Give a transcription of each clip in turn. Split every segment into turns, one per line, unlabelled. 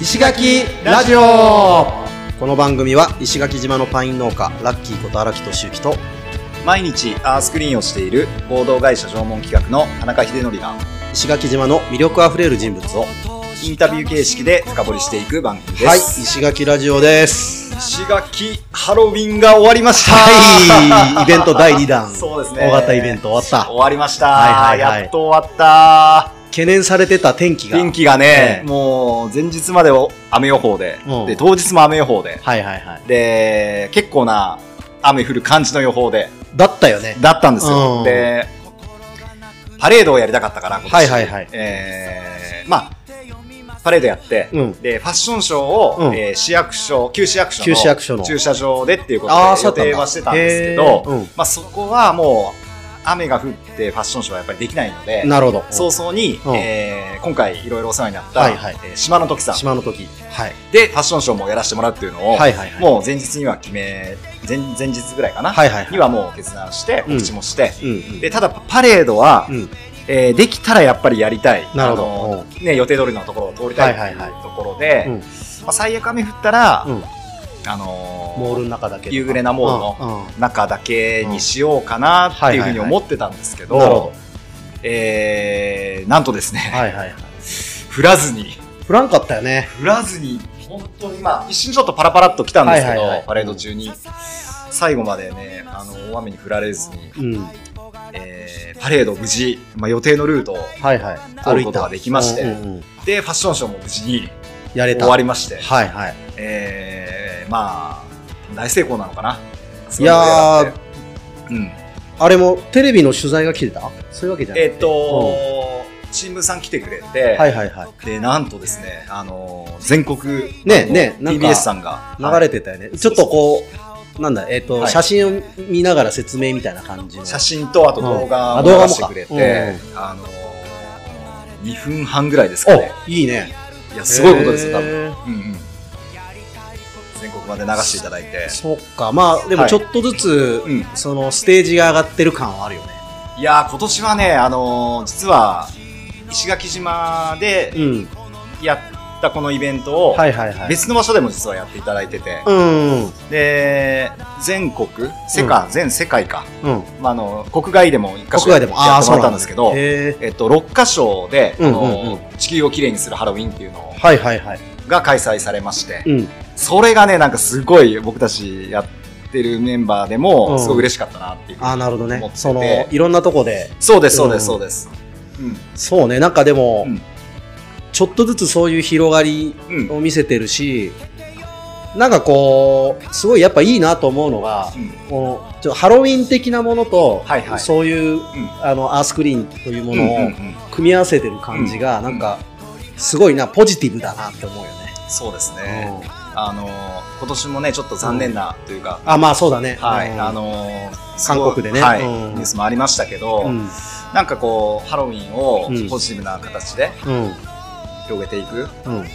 石垣ラジオこの番組は石垣島のパイン農家ラッキーこと荒木俊之と
毎日アースクリーンをしている合同会社縄文企画の田中秀則が
石垣島の魅力あふれる人物を
インタビュー形式で深掘りしていく番組です、
はい石垣ラジオです
石垣ハロウィンが終わりました
はいイベント第2弾
そうですね
大型イベント終わった
終わりました、
はいはいはい
やっと終わった
懸念されてた天気が
天気がね、
ええ
もう前日までを雨予報で,、
うん
で当日も雨予報で
はいはいはい
で結構な雨降る感じの予報で
だったよね
だったんですよ、
うん
でパレードをやりたかったから今年
はいはいはい
えーまあパレードやって、
うん
でファッションショーを、
うん
えー市役所旧市役所
旧
の
市役所の
駐車場でっていうことで
ああそうだ
予
ったんだ
定はしてたんですけど、
へーうん
まあ、そこはもう雨が降ってファッションショーはやっぱりできないので
なるほど
早々に、
うん
えー今回いろいろお世話になった、
はいはい
えー島の時さん
島の時はい
でファッションショーもやらせてもらうっていうのを、
はいはいはい
もう前日には決め前前日ぐらいかな、
はいはいはい
にはもう決断して
うん
告知もして、
うんうん
でただパレードは、
うん
えーできたらやっぱりやりたい
なるほど
あの、ね、予定通りのところを通りたい
はい
と
はいいうは
ところで、
うん
まあ、最悪雨降ったら、
うん
あのー
モールの中だけ
夕暮れなモールの
うんうん
中だけにしようかなっていうふうに思ってたんですけど,、
なるほ
えーなんとですね、
どはいはいはい
降らずに
降らんかったよね
降らずに本当にまあ一瞬ちょっとパラパラっと来たんですけ
は
ど、
いはいはい
パレード中に、最後までねあの大雨に降られずに、
うん
えーパレード無事、まあ、予定のルートを
はいはい
通ることができまして
うんうんうん
でファッションショーも無事に
やれた
終わりまして、
はいはい
えーまあ大成功なのかない
やー
うん
あれもテレビの取材が来てたそういうわけじゃない
えっ、とチームさん来てくれて、
はいはいはい
でなんとですねあのー全国
ねね
あの
なんか
TBS さんが
流れてたよね、ちょっとこうなんだえっ、と、
はい
写真を見ながら説明みたいな感じの
写真とあと
う
動画を
ん
流
あ動画もか
してくれて、あのー、2分半ぐらいですかね
おいいね
いやすごいことですよ多分、
分
うんうん、全国まで流していただいて
そっかまあでも
はい
ちょっとずつ、
うん
そのステージが上がってる感はあるよね
いやー今年はねあのー、実は石垣島で
うん
やったこのイベントを
はいはいはい
別の場所でも実はやっていただいてて、
うんうん
で全国世界、全世界か、
うん
まあ、あの国外でも1か所
国外でも
やってもらっ
な
たんですけど
へ
えっと、6カ所で、
うんうん
あの地球をきれいにするハロウィンっていうの
ーはいはいはい
が開催されまして、
うん
それがね、なんかすごい僕たちやってるメンバーで
う
も、
ん
すごい嬉しかったなっていう。
ああなるほど
思っ
ね
てて
そのいろんなとこで
そうです、そうで
う
す、そ
ん
うです。
そうねなんかでも、
うん
ちょっとずつそういう広がり
うん。うん。
を見せてるし、なんかこう、すごいやっぱいいなと思うのが、このちょっとハロウィン的なものと、
はいはい
そういう、
ん
あのアースクリーンというも
うんうんう
のを
ん
組み合わせてる感じが、
うん
なんか、すごいな、ポジティブだなって思うよね。
そうですね。あのー、今年もね、ちょっと残念なというか、
あ、まあそうだね。
はい、
うん
あ、のー、す
韓
ごい
国でね
はい、
うん
ニュースもありましたけど、
うん。
なんかこう、ハロウィンを
うん
ポジティブな形で
うん。
広げていく
うん。
っ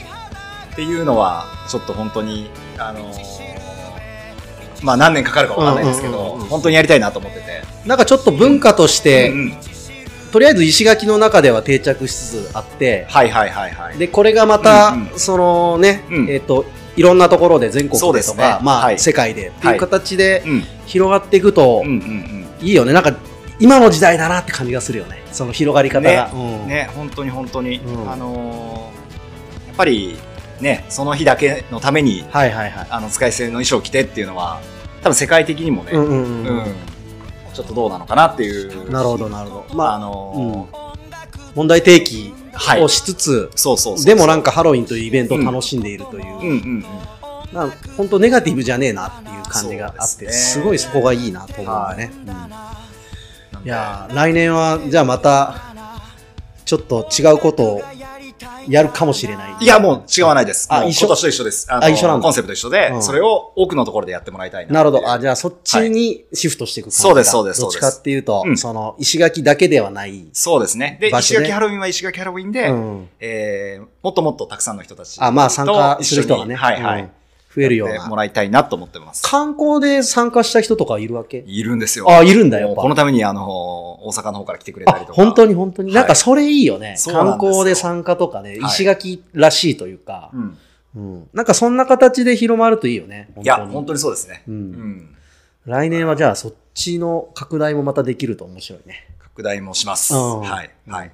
ていうのは、ちょっと本当に、あのーまあ何年かかるかわかんないですけ
うんうん
ど、
うんうん
本当にやりたいなと思ってて。
なんかちょっと文化として、
うんうん
とりあえず石垣の中では定着しつつあって、
はいはいはいはい。
でこれがまた、
うんうん
そのね、
うん
えっ、といろんなところで全国
そう
で
で
と
す
か、
ね
まあ、
はい
世界でっていう形で
うん。
広がっていくと、
うんうん
いいよねなんか今の時代だなって感じがするよねその広がり方が、う
うんん。ね、本当に本当に、
うん
あのーやっぱり、ね、その日だけのために、
はいはいはい、
あの、使い捨ての衣装を着てっていうのは、多分世界的にもね、
う
うんん、
うんうん
ちょっとどうなのかなっていう。
なるほどなるほど
まあ、あ
まあ
のー
問題提起
はい
をしつつ、
そうそうそうそう。
でもなんんかハロウィンというイベントを楽しんでいるという、
うんうんうん。
なんか本当ネガティブじゃねえなっていう感じがあっ
そう
て,、
ですすね
ごいそこがいいなと思うね、うん
なん
い
で
やー来年はじゃあまたちょっと違うことをやるかもしれない
いや、もう違わないです。
あ
もう
一緒
今年と一緒です。あ
あ一緒なんだ
コンセプト一緒で、
うん
それを多くのところでやってもらいたいな。
なるほどあじゃあそっちにシフトしていく感じだ、
そうですそうです
どっちかっていうと、
うん
その石垣だけではない、
そうですね。で、
場所
石
で
垣ハロウィンは石垣ハロウィンで、
うん
えー、もっともっとたくさんの人たち
あまあ参加する人がね、
と一緒にはいはい。
うん増えるよう
やっても
な
らいたいなと思ってます。
観光で参加した人とかいるわけ
いるんですよ。
あいるんだや
も
っ
うこの
ぱ
ために、あの、大阪の方から来てくれ
あ
たりとか。
本当に本当に、
はい
なんかそれいいよね
そうな
観
んですよ
光で参加とかね
はい
石垣らしいというか、
うん。
うん。なんかそんな形で広まるといいよね。
いや、
本当に
本当にそうですね。
う。
うんん。
来年はじゃあそっちの拡大もまたできると面白いね。
拡大もします。
うん
はい。はい。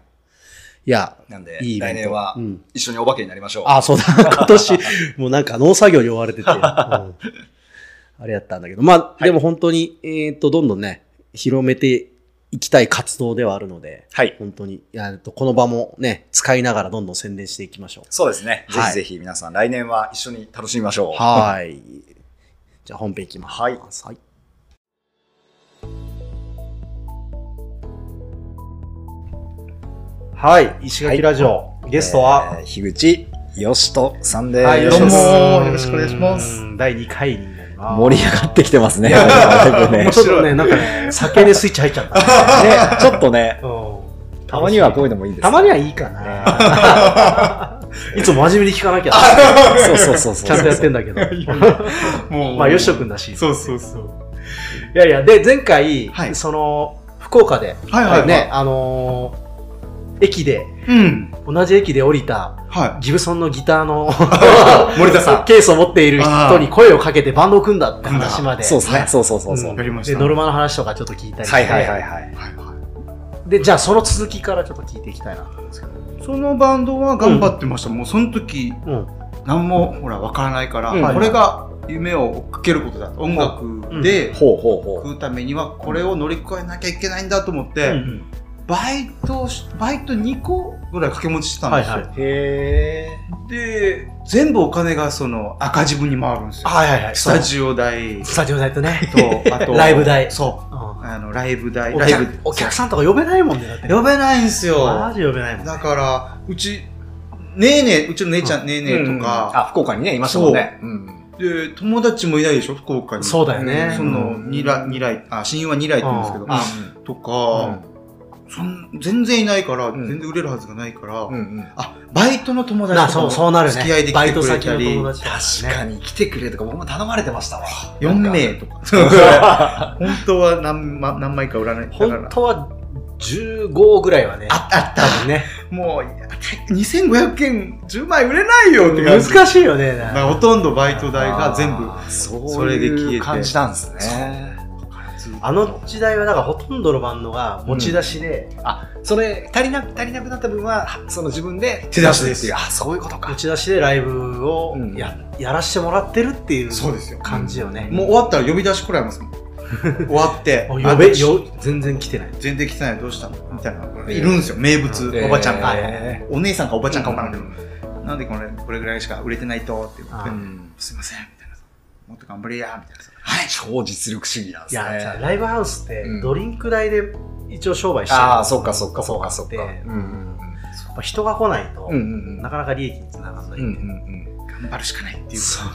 いや、
なんで、
いいイベン
来
ト
年は
うん。
一緒にお化けになりましょう。
あ、そうだ。 今年、もうなんか農作業に追われてて。うんあれやったんだけど。まあ、でも本当に、えっと、どんどんね、広めていきたい活動ではあるので、
はい。
本当に、いやえっとこの場もね、使いながらどんどん宣伝していきましょう。
そうですね。ぜ
はい
ひぜひ皆さん、来年は一緒に楽しみましょう。
はい。じゃあ本編いきます。
はい
はい。はい、石垣ラジオ、ゲストは、
えー、樋口義人さんです。
はい、
どうも
です
よろしくお願いします
うん第2回になります。
盛り上がってきてますね。
や
だいぶね
もうちょっとね、なんかね、酒でスイッチ入っちゃった、ね。
ねちょっとね、
うん
たまにはこういうのもいいですね。
たまにはいいかな。 いつも真面目に聞かな きゃ。
そうそうそうそう。
ちゃんとやってんだけど。
もう
まあ、よしとくんだし。
そうそうそう。
いやいや、で、前回、
はい
その、福岡で、
はいはいはい
ね、あのー駅で、
うん。
同じ駅で降りた、
は
ギブソンのギター の
い。森田さ
ケースを持っている人に声をかけてバンドを組んだって話まで。
そうですね。そうそうそうそう。
うん
やりました
で、ノルマの話とかちょっと聞いたりして。
はいはいはいはい。
ん。はいは
で、じゃあその続きからちょっと聞いていきたいなと思うんですけど。
い。そのバンドは頑張ってました。もうその時、
うん。
何もほらわからないから、
うん
これが夢を追っかけることだ。音楽で
ほうほうほう。
食うためにはこれを乗り越えなきゃいけないんだと思って、
うん
バイトしバイト2個ぐらい掛け持ちしてたんですよ。
はいは
へ
で全部お金がその赤字分に回るんですよ。
はいはいはい。
スタ
そう
ジオ代
スタジオ代とね。
とあと
ライブ代
そう
うん
あのライブ代
お
ライブ
客お客さんとか呼べないもんね。だってね
呼べないんです
マ
よ
ジ呼べないもん。
だからうちねえねえうちの姉ちゃん、ねえねえとか、
あ、福岡にね、いましたもんね。うん。
で友達もいないでしょ福岡に
そうだよね
んその二来二来あ親友は二来って言うんですけど
あ、
とか、そん全然いないから、
うん
全然売れるはずがないから、
うんうん。
あバイトの友
な
達と
そ
か
う、
も
そうなるね。
付き合いで
バ
来
イ
て
ト
くれ
先
た
の
り
友達とかね
確かに来てくれとか、僕も頼まれてま したわ。
4名とか 本当は何,、ま、何枚か売らないだか
本
ら
当は15ぐらいはね。
ああった
多分ね。
もういや2500円10枚売れないよって感じ
難しいよね。
だからほとんどバイト代が全部
あー、そ
それで消えて
ういう感じなんですね。
あの時代はだからほとんどのバンドが持ち出しで、
あ、それ、足りなく、足りなくなった分は、その自分で
手出しですよ
あ、そういうこと
持
か。
ち出しでライブを
うん
や,、やらしてもらってるっていう
そうですよ
感じよね。
もう終わったら呼び出し来られますもん終わって
あ呼
あ
べ
どうし
よ全然来てない。
全然来てないどうしたのみたい
え
な
ー
いるんですよ名物
え
おばちゃんが、
え
お姉さんかおば
ば
ちゃんか分からんけど、なんでこれこれぐらいしか売れてないとって言って、
あー
すいませんみたいなさもっと頑張れやみたいなさ
はい。超実力主義なんで
い
す
や、じゃあ
ね。
ライブハウスって
うん
ドリンク代で一応商売してる
ああ、そっかそっかそっかそっか。
で
う
や
ん
っぱ人が来ないと、
うんうん。うん
なかなか利益につながらない、
うんうん
頑張るしかないっていう
そう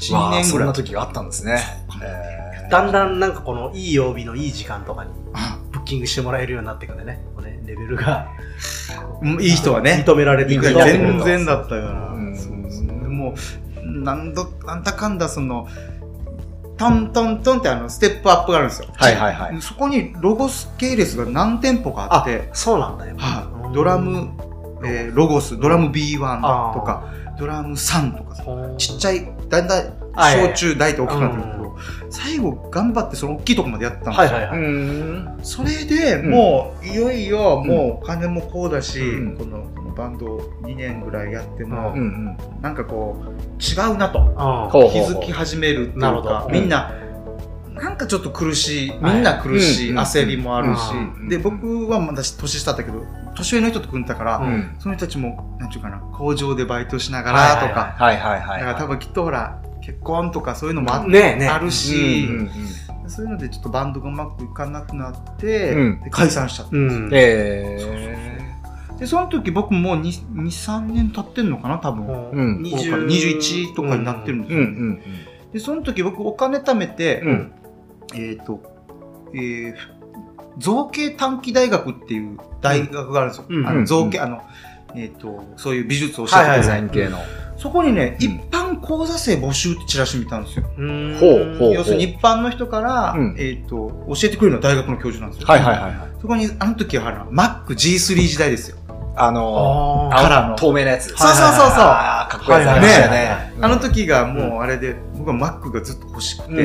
1
うん。わあ、
2年
そ
ぐ
ん
ら
ない時があったんですね。えー
だんだんなんかこのいい曜日のいい時間とかに
あ
ブッキングしてもらえるようになってくんでね、こうねレベルが
うんいい人はね
認められてい
い
く
く
と
ら全然だったから、
うん
そうそうでもなんどなんだかんだそのトントントンってあのステップアップがあるんですよ
はいはいはい。
そこにロゴス系列が何店舗かあって
そうなんだよ。
は
うん
いドラム、えーロゴスドラム B1 と
あー
かドラム3とかさちっちゃいだんだん
あいやいや
小中大と大きくなってくるけど最後頑張ってその大きいとこまでやったんですよ、
はいはいはい。
ん。
それで
うん
もういよいよもうお金もこうだし、
うん
このこのバンドを2年ぐらいやっても、
うんうん。
なんかこう違うなと
う
ほう
気
ほうほう
づき始めるっていう
なるほど
か
うん
みんななんかちょっと苦しい
はい
みんな苦しい、
うん
焦りもあるし、
うん
で僕はまだ年下だったけど年上の人と組んだから、
うん
うん。
その人たちもなんていうかな工場でバイトしながらとか、
はいはいは
はいはいはい。
だから多分きっとほら結婚とかそういうのもあ,、
ん。ねえねえ。
あるし、
うんうん
そういうのでちょっとバンドがうまくいかなくなって、
うん
で解散しちゃった
う。ん
うん。え
で、その時僕もう2、2 3年経ってんのかな、多分。
うん
二十21とかになってるん
で
です
ー。
よ、
うんうん
で、その時僕お金貯めて、
うん。うん。
えっ、と、えー造形短期大学っていう大学があるんですよ。
うん
あ
うん
の造形、あの、えっ、と、そういう美術を教えてく
はいはい
デ
れる
ザイン系の。
そこにね、
うん
一般講座生募集ってチラシ見たんですよ。
うん。
ほうほう
要するに一般の人から、
うん
えっ、と、教えてくれるのは大学の教授なんですよ。
はいはいはいはい。
そこに、あの時はほら、Mac G3 時代ですよ。
あの
あ
ー、
あ
あ。
カラーの
透明なやつ。
そうそうそうそう
あかっこいいやつありましたよね。
あの時がもうあれで、僕は Mac がずっと欲しくて、
う
で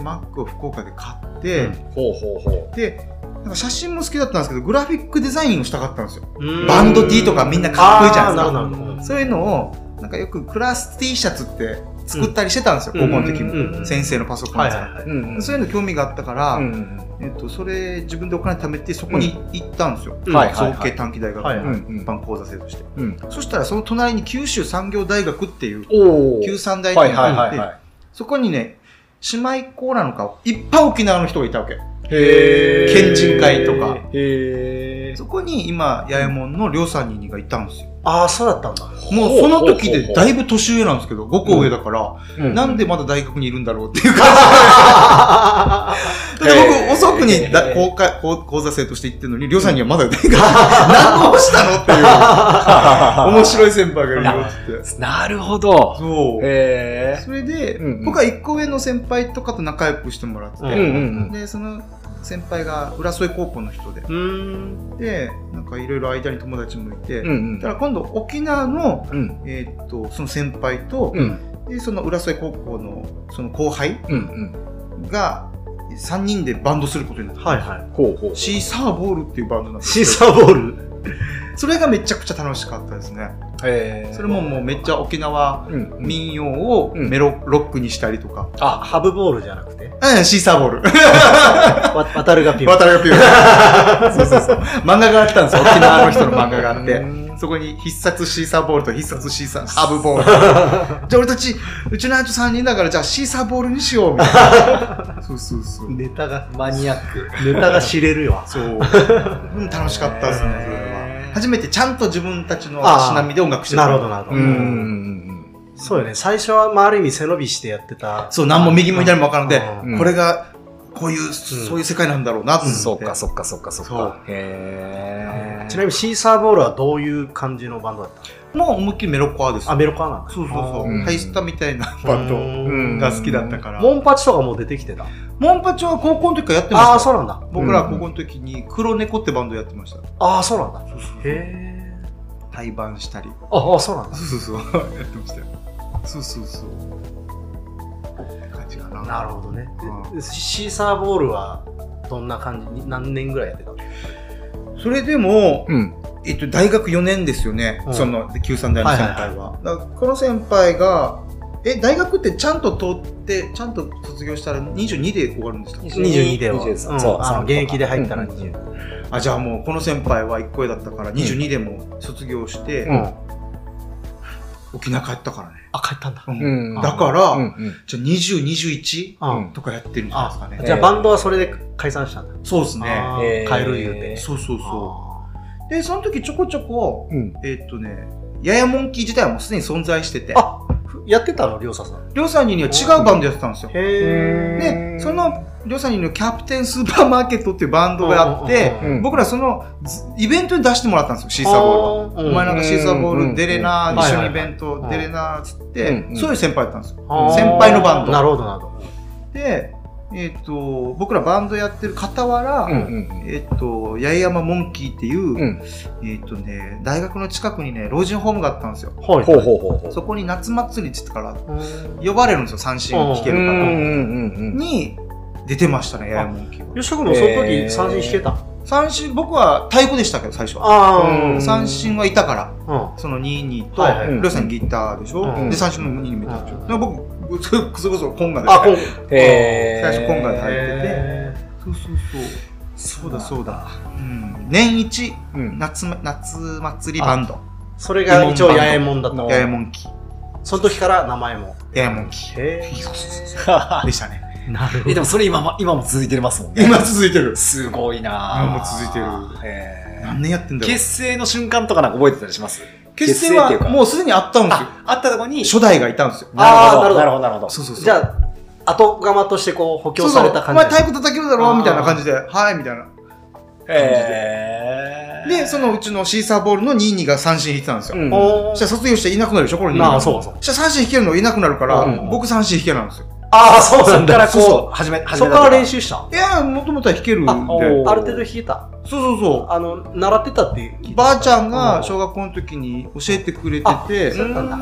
Mac を福岡で買って、
ほうほうほ
でなんか写真も好きだったんですけどグラフィックデザインをしたかったんですよ
うん
バンド T とかみんなかっこいいじゃないですか
あーなるほどなるほ
そういうのをなんかよくクラス T シャツって作ったりしてたんですよ、
うん
高校の時も、
うん
先生のパソコン
は
で
い
す
は
か
いはい。
う。うん
そういうの興味があったから、
うん
えっと、それ自分でお金貯めてそこに行ったんですよ、
うん
はいはい
造形短期大学の、
はいはい
一般講座生として、
うん
そしたらその隣に九州産業大学っていう
おー
九三大
は
学
い
が
はい
あっ
はい
て、
は
そこにね姉妹校なのかいっぱい沖縄の人がいたわけ
い。へー
県人会とか。
へー
そこに今八重門の両三人がいたんですよ
ああ、そうだったんだ。
もうその時でだいぶ年上なんですけど5個上だから、
うん
な んでまだ大学にいるんだろうっていう感じだって
へー
僕遅くにだ講会講講座生として行ってるのに両さんにはまだ 大学何をしたのっていう面白い先輩がいるよって言って
なるほど。
そう
へー
それで、
うんうん
僕は1個上の先輩とかと仲良くしてもらってて、
うんうん
うん
でその先輩が浦添高校の人で
うーん。
でなんかいろいろ間に友達もいて、
うん
だ
うん
から今度沖縄の、
うん
えーっとその先輩と、
うん
でその浦添高校のその後輩
うん
が3人でバンドすることになった、
はいはい。
ほうほう。
シーサーボールっていうバンドなんです
シ
け
ー
ど
サーボール。
それがめちゃくちゃ楽しかったですね
へー
それももうめっちゃ沖縄
うんうん
民謡をメロ、ロックにしたりとか、
あ、ハブボールじゃなくて。
うん、シーサーボール
わ渡るがピン。
渡辺ピュー そうそうそう漫画があったんですよ沖縄の人の漫画があってそこに必殺シーサーボールと必殺シーサーハブボールじゃあ俺たちうちのあと3人だからじゃあシーサーボールにしようみたいなそうそうそう
ネタがマニアック。ネタが知れるわ。
そう、 うん、楽しかったですねそれ
へ
は
ー
初めてちゃんと自分たちの足並みで音楽して
なるほどなるほど。
うんうん
そうよね。最初は、まあ、ある意味背伸びしてやってた。
そう何も右も左も分からんで、
うん
これがこういう、そういう世界なんだろうなと
うん。
思って、
そっかそっかそっかそっ
そう
か。へー
ちなみにシーサーボールはどういう感じのバンドだったの
もう思いっきりメロコアです
あ、メロカーなんだ。
そうそうそう、
うん
ハイスタみたいな バンド、
うん
が好きだったから。
モンパチとかもう出てきてた。
モンパチは高校の時からやってました。
ああ、そうなんだ。
僕らは高校の時に黒猫ってバンドやってました。
ああ、そうなんだ。へえ。
対バンしたり。
ああ、そうなんだ。
そうそう そう。やってましたよ。そうそうそう。って感じかな。
なる
ほ
ほどね。
う
でシーサーボールはどんな感じに何年ぐらいやってたの
ど。それでも、
うん。
えっと、大学4年ですよね。
うん
その、九三大の先輩は。だからこの先輩が、え、大学ってちゃんと通って、ちゃんと卒業したら22で終わるんでしたっけ
22では。
23
うん
そう
あの現役で入ったら
うん
20。
あ、じゃあもうこの先輩は1個上だったから22でも卒業して、
うん
沖縄帰ったからね。
あ、帰ったんだ。
うん
うん
だから、
うんうん
じゃあ20、21
あ
うん
とかやってるんじゃないですか
あ
ね。
じゃあバンドはそれで解散したんだ。
そうですね。
あ
え
ー
ー
帰る言うて。
そうそうそ
あ
う。で、その時ちょこちょこ、
うん。
えーっとね、ややモンキー自体はもうすでに存在してて
ー、あやってたの、りょうささん。
りょうさんには違うバンドやってたんですよ。
へ
へ
で、その、りょうさんにのキャプテンスーパーマーケットっていうバンドがあって、
うん
僕らそのずイベントに出してもらったんですよ、シーサーボールは。
ー
お前なんかシーサーボ
うんうんうん
ール出れな、
はい
一
はい
緒
はい
にイベント出れなっつっ
うん
て
う、ん
そういう先輩だったんですよ。
あー
先輩のバンド
なるほど、なるほど。
で、えーっと、僕らバンドやってる傍ら、
うんうん
えっと、八重山モンキーっていう、
うん
えっとね、大学の近くにね、老人ホームがあったんですよ。
はい。
ほうほうほうほう。
そこに夏祭りって言ってから、
うん
呼ばれるんですよ、三振弾け
う
る
ん
か
う
ら。
んうんうん。
に、出てましたね、八重山モンキーは。
吉田君もその時三振弾けた
三振、僕は太鼓でしたけど、最初は。
あ
うん
三振はいたから、
うん
その22と、
はいはい
りょうさんギターでしょ、
うん
で、三振の2に見たでしょ。
うん
だから僕、それこそコンガで
あ、こん
へー
最初コンガで入ってて、
へ
そうそうそう。そうだそうだ。うん、年一
うん。
夏ま夏祭りバンド、
ーそれが一応八重門だった
あ
八重モンキー。
その時から名前も
八重モンキー。
へ
でしたね。
えなる
え、でもそれ今も、今も続いてますもんね。
今続いてる。
すごいな
今も続いてる
へー
何年やってんだろう
結。成の瞬間とかなんか覚えてたりします
結成
結成っていうか
はもうすでにあったんですよ。
あ、あったとこに、
初代がいたんですよ。
あーな
な
る
る
ほ
ほど、なるほど。
そうそうそう。
じゃあ後釜としてこう補
そ
強
う
さ
そう
れた感じ
お前太鼓叩けるだろみたいな感じで、はい、みたいな。
へー
で、そのうちのシーサーボールのニーニが三振引いてたんですよ。
うん
お
そしたら卒業していなくなるでしょ、これニーニ
ま
が
あそうそう
そしたら三振引けるのいなくなるから、
うん
僕三振引けなんですよ。
ああ、そう
そ
な
っ
ん
から
だ。
こう、始め、始
そ
め
こ
た
から
と
練
か。
習した
いや、もともとは弾けるんで。
あ
おー
ある程度弾けた。
そうそうそ。
あの、習ってたって聞いうた
ばあちゃんが小学校の時に教えてくれて
あ
て、
そうだったんだ
う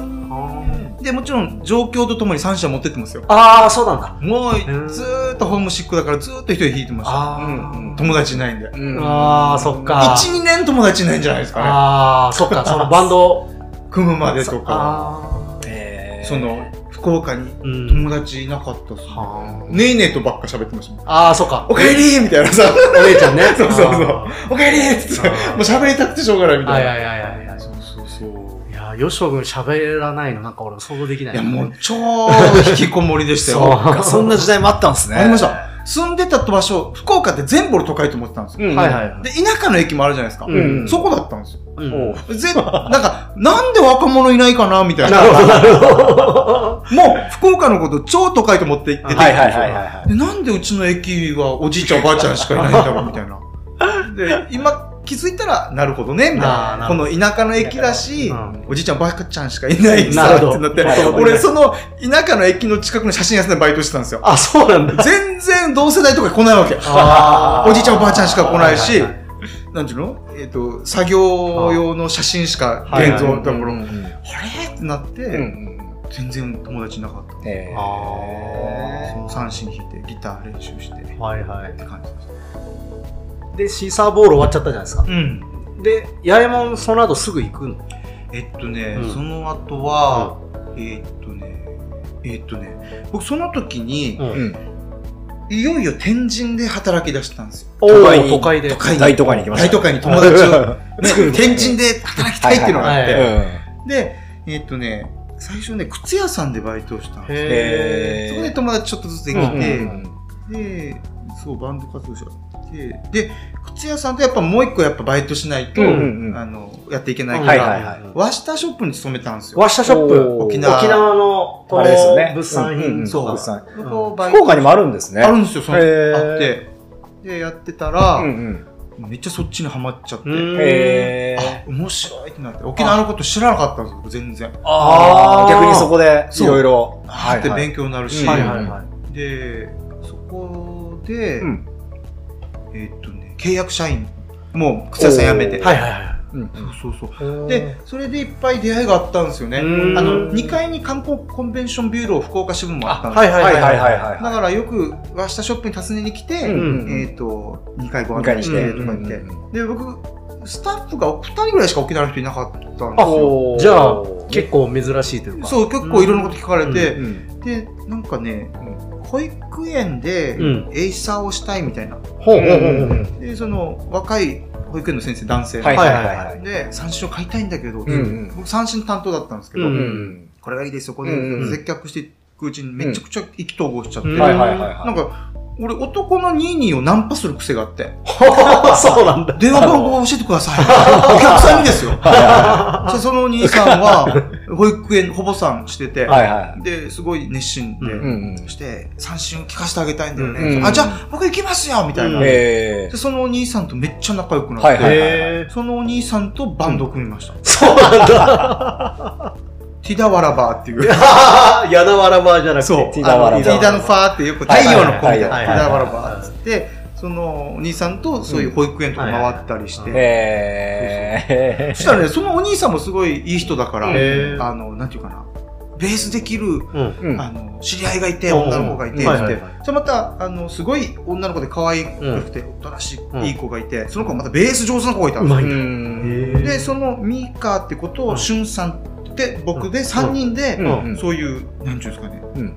んで、もちろん状況とともに三者持ってってますよ。
ああ、そうなんだ。
もう
ー、
ずーっとホームシックだからずーっと一人弾いてました。
あー
うんうん友達いないんで。
ああ、そっか。
1、2年友達いないんじゃないですかね。
ああ、そっか、そのバンド。
組むまでとか。
あ
えー
その、福岡
ー
に
うん
友達いなかったっすね
はー
ねえねえとばっか喋ってましたもん。
あー、そっか。
おかえりーみたいなさ、
お姉ち ゃんね。
そうそうそう
あ
おかえりーっつって、も
あー
う喋りたくてしょうがないみ
ーは
た
い
い
は
な。
いはいはいはい。
そうそうそう。
いやー、よしょくん喋らないの、なんか俺想像できない。
いや、もう超引きこもりでしたよ。
そっかそんな時代もあったんですね。
ありました。住んでた場所、福岡って全部俺都会と思ってたんですよ。
う
うんん。
はいはいはい。
で、田舎の駅もあるじゃないですか。
うん
そこだったんですよ。
うん
おう
ぜなんか、なんで若者いないかなみたい
な
な。
るほど、なるほ
もう、福岡のこと超都会と思って行ってて、
はいはいはいはいはい。
でなんでうちの駅はおじいちゃんおばあちゃんしかいないんだろうみたいな。で、今気づいたら、なるほどね、みたい
あー
な。
なる
こ
ほ
の田舎の駅だし、
うん
おじいちゃんおばあちゃんしかいない
な
さ、
る
っ
ほど
てなって
なるほ、ど
俺その田舎の駅の近くの写真屋さんでバイトしてたんですよ
ど。。あ、そうなんだ。
全然同世代とか来ないわけ。
あー
おじいちゃんおばあちゃんしか来ない
はい
し
はい、
なんていうのえっ、と、作業用の写真しか現像だから、あれってなって、
うん。
全然友達いなかった。
え
あ
ー
ー
その三振弾いて、ギター練習して、っ
はいはい。
て感じでした。
で、シーサーボール終わっちゃったじゃないですか。
うん。
で、八重門その後すぐ行くの。
えっとね、
うん
その後は、えっとね、えっとね、僕その時に、
うん
うん。
いよいよ天神で働き出したんですよ。
お
都会
ー、
に
都会で。
会に
大都会に行きました。
大都会に友 達を、ね
作る、
天神で働きたいっていうのがあって、
はいは
で、えっとね、最初ね、靴屋さんでバイトをしたんですよ
へ
そこで友達ちょっとずつでき
うん
て、
うん
で、そう、バンド活動しちゃって、で、靴屋さんとやっぱもう一個やっぱバイトしないと、
うん
うんうん
あの、やっていけ
ー。
ないから、
はいはいはい
い
ワシタショップに勤めたんですよ。
ワッシャショップ。
おー
沖縄
沖縄の、
あれですよね。
物産
うんうんう
品
ん
と
そう
か。
物産
そこをバイト
福岡にもあるんですね。
あるんですよ、その、
へー
あって。で、やってたら、
うんうん。
めっちゃそっちにはまっちゃって、
うん
へー
面白いってなって、沖縄のこと知らなかったんですよ、全然。
あ
ー
あ、逆にそこでいろいろ。
はい、で、勉強になるし、
は
はいい
は
はいい
は
は
で、そこで、
うん
えーっとね、契約社員、もう靴屋さん辞めて。
い。
お
はいはい
うんうん
そうそうそう。
はい。
で、、それでいっぱい出会いがあったんですよね。あ
うん
の、2階に観光コンベンションビューロー福岡支部もあったんですよ
はいはい
は
はいい
は
はいい。
はいはい。
だからよく、和下ショップに訪ねに来て、
うんうんうん
えーっと、2階ご
向
案
かいに
内
し
してて、とか言って。
うんうんうん
で、僕、スタッフが2人ぐらいしか沖縄の人いなかったんです
あ
よ。
じゃあ、結構珍しいというか。
そう、結構いろんなこと聞かれて、
うん
で、なんかね、保育園で
うん
エイサーをしたいみたいな。
ほうほうほう
うんう
ほ
ん
う。
でその若い保育園の先生男性の、
はいはいはいは。
はい
で三振を買いたいんだけど、
んうん
僕三振担当だったんですけど、
うん
うん
これがいいですよこれ、
うんうん
接客していくうちにめちゃくちゃ意気投合しちゃって、
うん
はい
な
はいはいはい。
んか俺男のニーニーをナンパする癖があって
そうなんだ。
電話番号を教えてく ださいお客さんにですよそそのお兄さん は保育園保母さんしてて、
はいは
ですごい熱心で、
い。うんうん。
して三振を聞かせてあげたいんだよね、
うん
あじゃあ僕行きますよみたいな、
うん
で
ええ。
そのお兄さんとめっちゃ仲良くなって、
はいはい
へ
そのお兄さんとバンド組み ました。
そうなんだ。
ティダワラバーっ ていう。
やなわらばじゃなくて。
そう。
ティダワラバー
あのティダのファーってよく太陽の子みたいな。
は
テ
い
ィ
はいはい
ダワラバーっつって、そのお兄さんとそういう保育園とか回ったりし
うん
て。
ええ。
そしたらね、そのお兄さんもすごいいい人だから、
へー
あの、なんていうかな、ベースできる、
うん。
うん
あの、知り合いがいて、女の子がいて、って。
うんはいはいはい
それまた、あの、すごい女の子で可愛くて、おとなしい、いい子がいて、その子はまたベース上手な子がいたんですよ
うまい
うん
で、そのミカってこと
う
を、
ん
しゅんさんで、僕で3人で、
うん
そういう、なんていうんですかね、
うん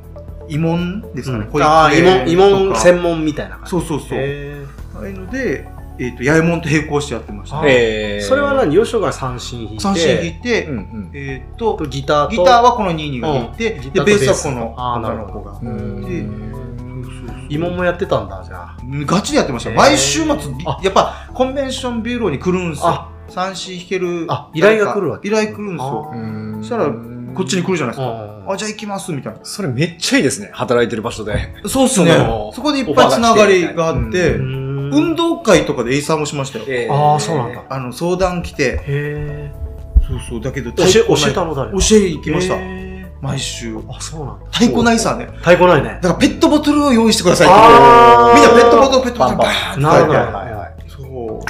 慰問ですかね、
うん
こういう
ああ、
えー
慰問、慰問
とか
専門みたいな感じ。
そうそうそう。
へ
ああいうので、えっと、八重門と並行してやってました
あー
ね。
ええ。
ーそれは何吉岡が三振弾いて。
三振弾いて
うん、うん。
えっと
と、ギターと。
ギターはこのニーニーが弾いて、
うん
で、ベースはこの
あーな
女
る
の
ほど
子が。
うん
で
慰問もやってたんだ、じゃあ。
ガチでやってましたよ。
へー
毎週末、
あ
やっぱ、コンベンションビューローに来るんですよ。
あ、
三振弾ける。
あ依頼が来るわけ
依頼来るんです
あ
よ
ー。
うん
そしたらこっちに来るじゃないですか。
あ
あ、じゃあ行きます、みたいな。
それめっちゃいいですね。働いてる場所で。
そうっすね
その。
そこでいっぱいつながりがあって、
う
運動会とかでエイサーもしましたよ。
あーそうなんだ
あの、相談来て、
へえ。
そうそう、だけど、
教え、教え
教
たの誰
え行きました。
へ
毎週。
あ、そうなんだ。
太鼓ないさね。
太鼓ないね
だ。からペットボトルを用意してくださいって
あー
みんなペットボトル、ペットボトルバーンって
なるほど。
書いてそう。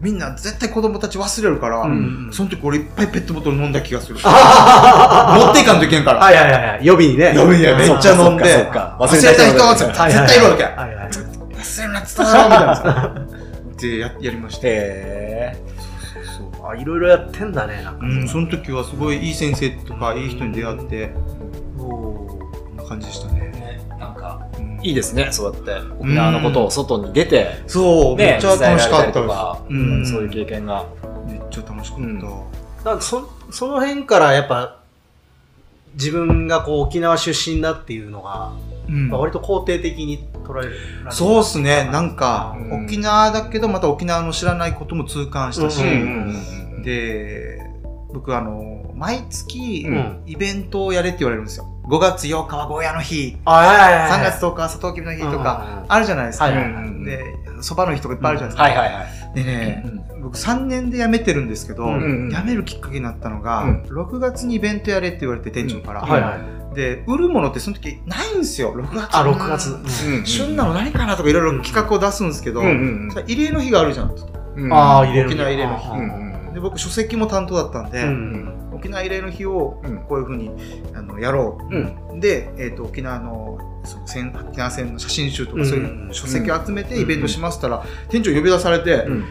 みんな絶対子供たち忘れるから、
うん
その時俺いっぱいペットボトル飲んだ気がする。持
は
っていかんといけんから。
いはいはいはい。予備にね。
やべえやべえめっちゃ飲んで
そっか
忘
そ
れ
っか
た人は
忘れた人
は
絶対いるわけや。
はいはいはい
忘れるなってたな、みたいな。で、ややりまして。
へえ
そう
あ、いろいろやってんだね、なんか。
うん、その時はすごいいい先生とかいい人に出会って、
おー
こんな感じでしたね。
なんか
うん
いいですねそうやって沖縄のことを外に出て
そう、め
ね
っちゃ楽し
伝えら
かった
れりと
で
か
す。うん、
そういう経験が
めっちゃ楽しかった。
うん
なんかそ、その辺からやっぱ、自分がこう沖縄出身だっていうのが、
うん
まあ割と肯定的に捉える。
そうっすね、なんか、
うん
沖縄だけど、また沖縄の知らないことも痛感したし、
うん
で
で、僕、あの、毎月
う、ん。
イベントをやれって言われるんですよ。5月8日はゴーヤの日、
あ、はいはいはい。
3月10日はサトウキビの日とか、
うんうんうん
あるじゃないですか。
はいはい
はいうん
で、そばの日とかいっぱいあるじゃないですか。
はいはいはい
でね、僕3年で辞めてるんですけど、
うん
うん
辞めるきっかけになったのが、
うん
6月にイベントやれって言われて店長から、
はいはい。
で売るものってその時ないんですよ6月
あ、6月。
うん
旬なの何かなとかいろいろ企画を出すんですけど、
うんうん
入れの日があるじゃん
うん
ああ、入れる。
沖縄入れる
あ
う
ー
んうん
で僕書籍も担当だったんで、
うん。
沖縄慰霊の日を
うん
こういうふうにあのやろう、
うん
で、えー、と沖縄のその戦沖縄戦の写真集とかそういう書籍を集めてイベントしますったら、店長呼び出されて、
うん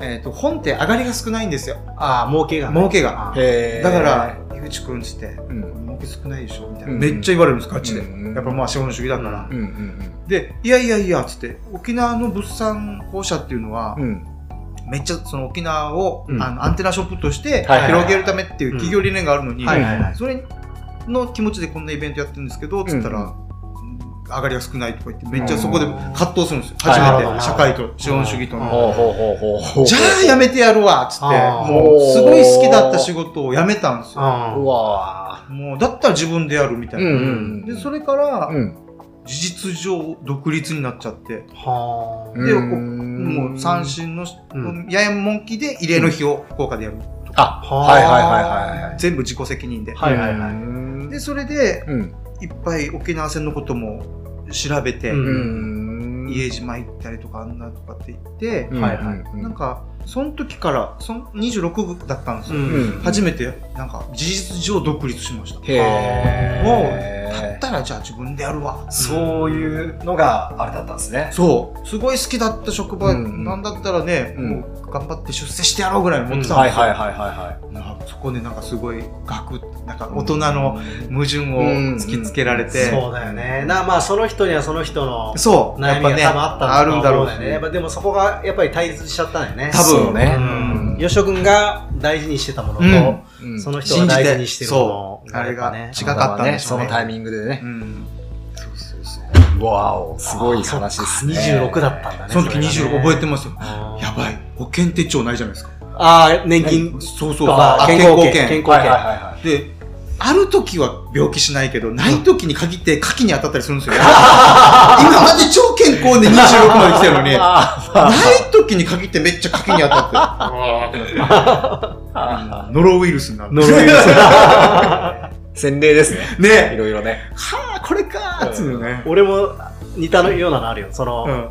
えー、と本って上がりが少ないんですよ
ああ、儲けがね。
儲けが
あー
へえ
だから「井口くん」っつって
うん
「儲け少ないでしょ」みたいな、
うん
めっちゃ言われるんですガチで、
うん
やっぱまあ資本主義だから、
うんうん
で「いやいやいや」っつって沖縄の物産公社っていうのは、
うんうん
めっちゃその沖縄を、
うん
あのアンテナショップとして
はいはいはい
広げるためっていう企業理念があるのに、
はいはいはい。
それの気持ちでこんなイベントやってるんですけど、つったら、
うん
上がりが少ないとか言って、めっちゃそこで葛藤するんですよ。
うん
初
はい
なるほど
めて、社会と資本主義と
うん
の。
ほうほうほうほうほう
じゃあやめてやるわっつって、
あー
もうすごい好きだった仕事を辞めたんですよ。
あ
うわ
もう、だったら自分でやるみた
ー
いな。
ん
で、それから、
うん
事実上独立になっちゃって、
はあ。
で
うん
もう三振の、
うん
ややもんきで慰霊の日を福岡でやる。
あ
は
はいはいはいはいはい
全部自己責任で。
はいはいはい
うん
で、それで、
うん
いっぱい沖縄戦のことも調べて、
うん
うん
家島行ったりとかあんなとかって言って、
うん
はいはい
うん
なんかその時からその26だったんです
う
よ、
ん。
初めてなんか事実上独立しました
へえ
もうだったらじゃあ自分でやるわ
そういうのがあれだったんですね
そうすごい好きだった職場
うん
なんだったらね、
うん
もう頑張って出世してやろうぐらい思ってたん
は
で
い
すよ、
はいはいは
なんかそこでなんかすごい学なんか
いはい
大人の矛盾を突きつけられて、
そうだよね。な、まあ、その人にはその人の
そう
悩みが多分あった
あるんだろうし
と思よね。やっぱでもそこがやっぱり対立しちゃったんだよね。
多分
そうね
うん。よしおくんが大事にしてたものと、
うん
うん
その人が大事にしてるも
信じ
の
てそうあれが
ね
違かったんでしょ
そう
ね
のタイミングでね
うんそうそうそう
わおすごい話ですね
26だったんだね。
その時
れ
26
がね
覚えてますよ。
あー
やばい。保険手帳ないじゃないですか。
ああ、年金。
そうそう。
あ
あ
健
健
康
康
保
保
険
険。
健康保
はい
険
はいはいはい
で、ある時は病気しないけど、ない時に限って火器に当たったりするんで すよ。今まで超健康で26まで来てる のに、な
あ
い時に限ってめっちゃ火器に当たって、ノロウイルスになる。
ノロウイルス
洗礼ですねい
ね
ろいろ ね
はあ、これかーっつうのね。
俺も似たようなのあるよ。その、
うん。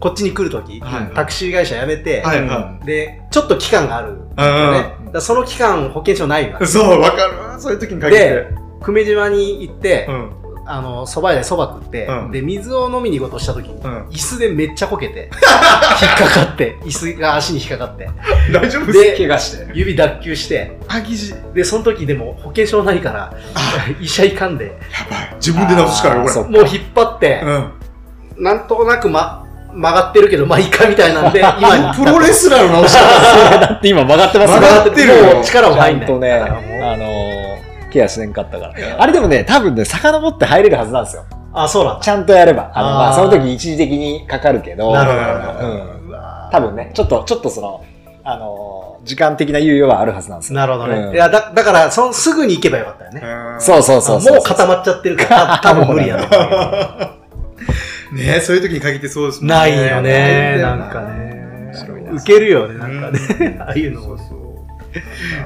こっちに来る時、
はい
タクシー会社辞めて、
はい
で、ちょっと期間がある、ね。
は
だからその期間保険証ないわ
い。うん。そう、わかるわ。そういう時に限って
で。、久米島に行って
う、ん。
あの、蕎麦屋で蕎麦食って、
うん
で、水を飲みに行こうとした時に、
うん。
椅子でめっちゃこけ て、引っかかって、椅子が足に引っかかって、
大丈夫です
で、
怪我して
指脱臼して、
かぎじ。や
で、その時でも保険証ないから、医者行かんで、
ばい。自分で直すしかない、これ。
あーそっ
もう引っ張って、
うん。
なんとなく、ま、曲がってるけど、まあ、いいかみたいなん で、今に。
プロレスラーの直し
だって今曲がってます
曲がってるよ
もう力を
ちゃ
入ん
ん
ない。
とね、
だからもう
あのー、ケアしねんかったから。あれでもね、多分ね、遡って入れるはずなんですよ。
あ、そうなんだ。
ちゃんとやれば。あの、ま
あ
あ、
ー
その時一時的にかかるけど、
なる
ほど
うん
た。
多分ね、ちょっと、ちょっとその、あのー、時間的な猶予はあるはずなんですよ。
なるほどね。
うん
いや、だ、だから、その、すぐに行けばよかったよね。
そうそうそうそう。
もう固まっちゃってる から、多分無理やね。
ねそういう時に限ってそうですもん
ないよね、な
な
い
ん
ん
だよ
か
白い
ね。
な
ウケるよね、なんかね。
ね
ああいうの
そ
も
うそう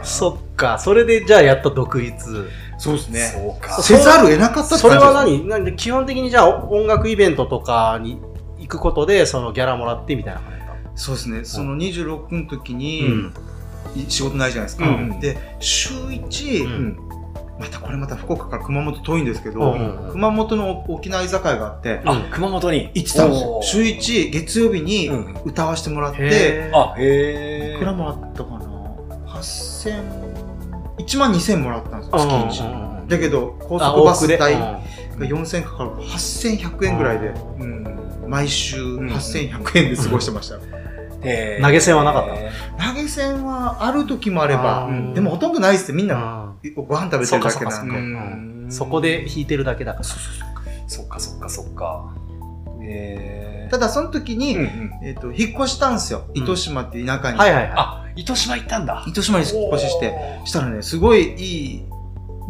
そっか、それでじゃあやっと独立。
そうですね。
そうか。
そ
せざるを得なかったって
それ
感じ
は何なんで基本的にじゃあ音楽イベントとかに行くことで、そのギャラもらってみたいな感じだったの
そうですね。その26の時に、
うん
仕事ないじゃないですか。
うん
で、週1、
うん
またこれまた福岡から熊本遠いんですけど、
うんうんうん
熊本の沖縄居酒屋があって、
あ、熊本に
行ってたんですよ。週
週
1、月曜日に
うん
歌わせてもらって、
へー
あ、へ
い
え。
くらもらったかな ?8000、1万2000もらったんですよ、
うん
月
うんうんう
1。
ん
だけど、高
あ
速バス代
往
が
復で
4000かかるから8100円ぐらいで、うん毎週
ん
8100円で過ごしてました。
へー
投げ銭はなかった
へ
投げ銭はある時もあれば、
あ
う
ー
んでもほとんどないですってみん
う
なご飯食べてるだけなんで
う
うん
うん
そこで弾いてるだけだから。
ーそっかそっかそっか。へ
ん
え。
ただその時
う
に、
んうん
えっと引っ越したんですよ
うん
糸島っていう田舎に、
はいはいは
あ、糸島行ったんだ。
糸島に引っ越ししてしたらねすごいいい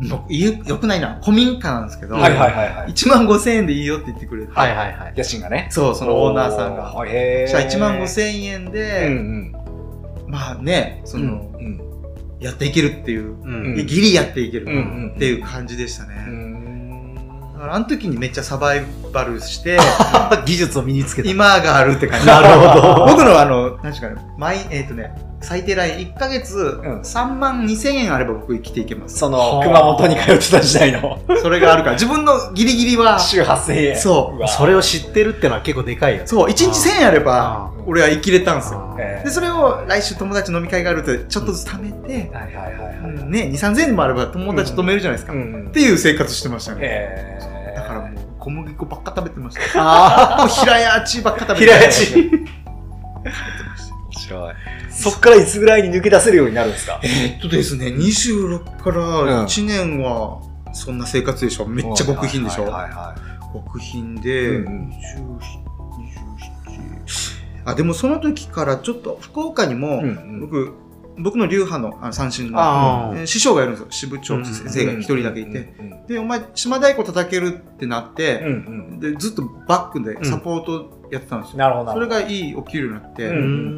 のいいよくないな古民家なんですけど、
おー。はいはいはいはい。
1万5千円でいいよって言ってくれて、
い。はいはいはい。
家賃がね。
そうそのオーナーさんが
お。へえ。
したら1万5千円
う
で、
ん
まあねその、
うん。うん
やっていけるっていう、
う
うん
ギリやっていける
うんうん
っていう感じでしたね、
うん
だからあの時にめっちゃサバイバルして、
技術を身につけた。
今があるって感じ。
なるほど。
僕のあの、何ですかね、毎、えっ、とね、最低ライン1ヶ月
ん
3万2千円あれば僕生きていけます。
その
はあ
熊本に通ってた時代の
それがあるから、自分のギリギリは、
週8000円
そう
わ
それを知ってるってのは結構でかいよね。
そう、1日1000円あれば
うん
俺は生きれたんですよ。
あー
え
で、それを来週友達飲み会があるってちょっとずつ貯めて
ー、はいはいはいはい、
ね、2、3000円もあれば友達と飲めるじゃないですか。っ
ん
ていう生活してましたね。
えー、
だからもう小麦粉ばっか食べてました。
あ
もう平屋地ばっか食べて
平屋
食
地
べてました。
面白いそっからいつぐらいに抜け出せるようになるんですか
えっとですね、26から1年は、そんな生活でしょめっちゃ極貧でしょ、
はいはいはいはい
極貧で、
うんうん
20 27あ、でもその時からちょっと福岡にも、
うんうん
僕、僕の流派のあの三振の
ああ
えー師匠がいるんですよ。支部
う
長
ん
先生が一人だけいて、
うん
で、お前、島太鼓叩けるってなっ
う
て、
んうん
でずっとバックでサポートやってたんですよ。
なるほどな
そ
る
れ
ほど
がいいお給料になって、
ー
う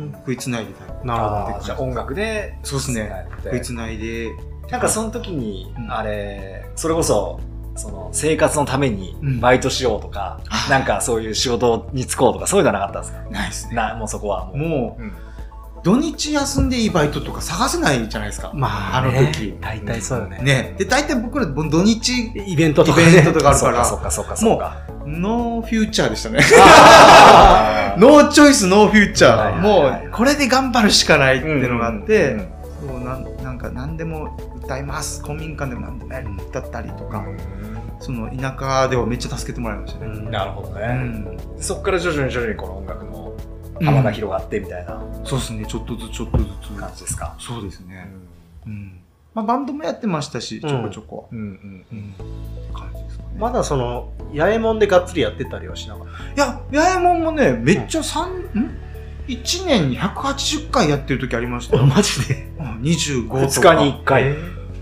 ん
食いつないでた。
なるほ
あーじゃあ音楽で
そうですね
つない
食い
で
つないで、
なんかその時に、
うん
あれそれこそその生活のために
うん
バイトしようとか、なんかそういう仕事に就こうとかそういうのはなかったんですか、
ないですね。
なもうそこはもう
もう、
うん
土日休んでいいバイトとか探せないじゃないですか。
ど。まあ、
あの時
ね大体そうよね。
ね。で、大体僕ら土日、
イベントとか
イベン
ね
ト。とかある
そ
か
っ
ら
かそっかそっかそっか
ノーフューチャーでしたね。
あー
ノーチョイス、ノーフューチ
はい
ャー。
はいはい
もう、これで頑張るしかないっていうのがあっ
うんうん
て、そうなんなんか何でも歌います。公民館でも何でもやる歌ったりとか、その田舎ではめっちゃ助けてもらいました
う
ね。
うん
ん
なるほどね、
うん。
そこから徐々に徐々にこの音楽の幅が広がってみたいな
そうですね。ちょっとずつ、ちょっとず
感じですか、
つ。そうです
う
ね。
ん
うん。まあ、バンドもやってましたし、ちょこちょこ。
うんうん
うん。って感じですかね。
まだその、八重門でがっつりやってたりはしなかった。
いや、八重門もね、めっちゃ三、ん ?1 年に180回やってる時ありました よ。
マジで
うん25とか。
2日に1回、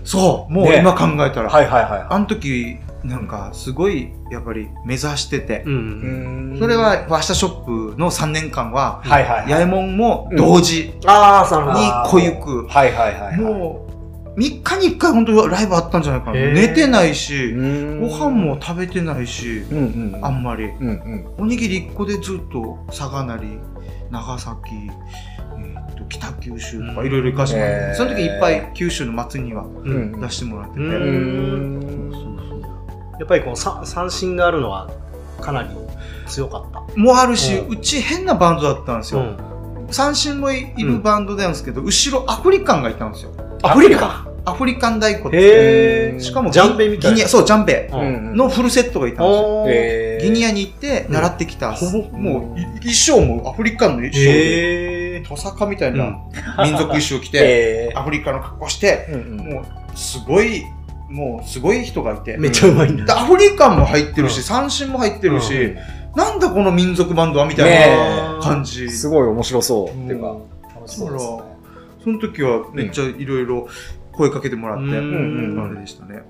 そう、もう
ね
今考えたら。
はいはいはい
あの時、なんか、すごい、やっぱり目指してて
う。ん。
それは、ファーストショップの3年間は、
はいはいはい
八重門も同時
ああ、そうな
に
んだ。
小行く。
はいはいはいはい
もう、3日に1回本当にライブあったんじゃないかな。
へー
寝てないうし、
ん
ご飯も食べてないし、
うんうんうん
あんまり。
うんうん
おにぎり1個でずっと佐賀なり長崎、えー、と北九州と
う
か
ん
いろいろ行かしてもらって、
へー
その時いっぱい九州の祭りには
うん
うん
出してもらって
う
て、
ん
うん
そうそう
やっぱりこう、さ三振があるのはかなり強かった。
もうあるし、
う
うち変なバンドだったんですよ、
ん。
三振もいるバンドなんですけど、後ろアフリカンがいたんですよ
アフリカ
アフリカン太鼓って
へ
ー
しかも
ジャンベみたいな
ギニアそうジャンベ
うん
のフルセットがいたんですよ、
おー。
え
ギニ
ア
アに行って習ってきた、
うん
もうい衣装もアフリカンの衣装で、
へ
トサカみたい
うん
な民族衣装着て、
え
アフリカの格好して、
うんうん
もうすごい、もうすごい人がいて、
めっちゃうまいん
で
だ。
アフリカンも入ってるし、
うん
三振も入ってるし、
う
なんだこの民族バンドはみたい
ね
な感じ。
すごい面白そう、っていうか
も
楽しそうですね
うその時はめっちゃいろいろ声かけてもらって、
うん
うんうん
あれでしたね。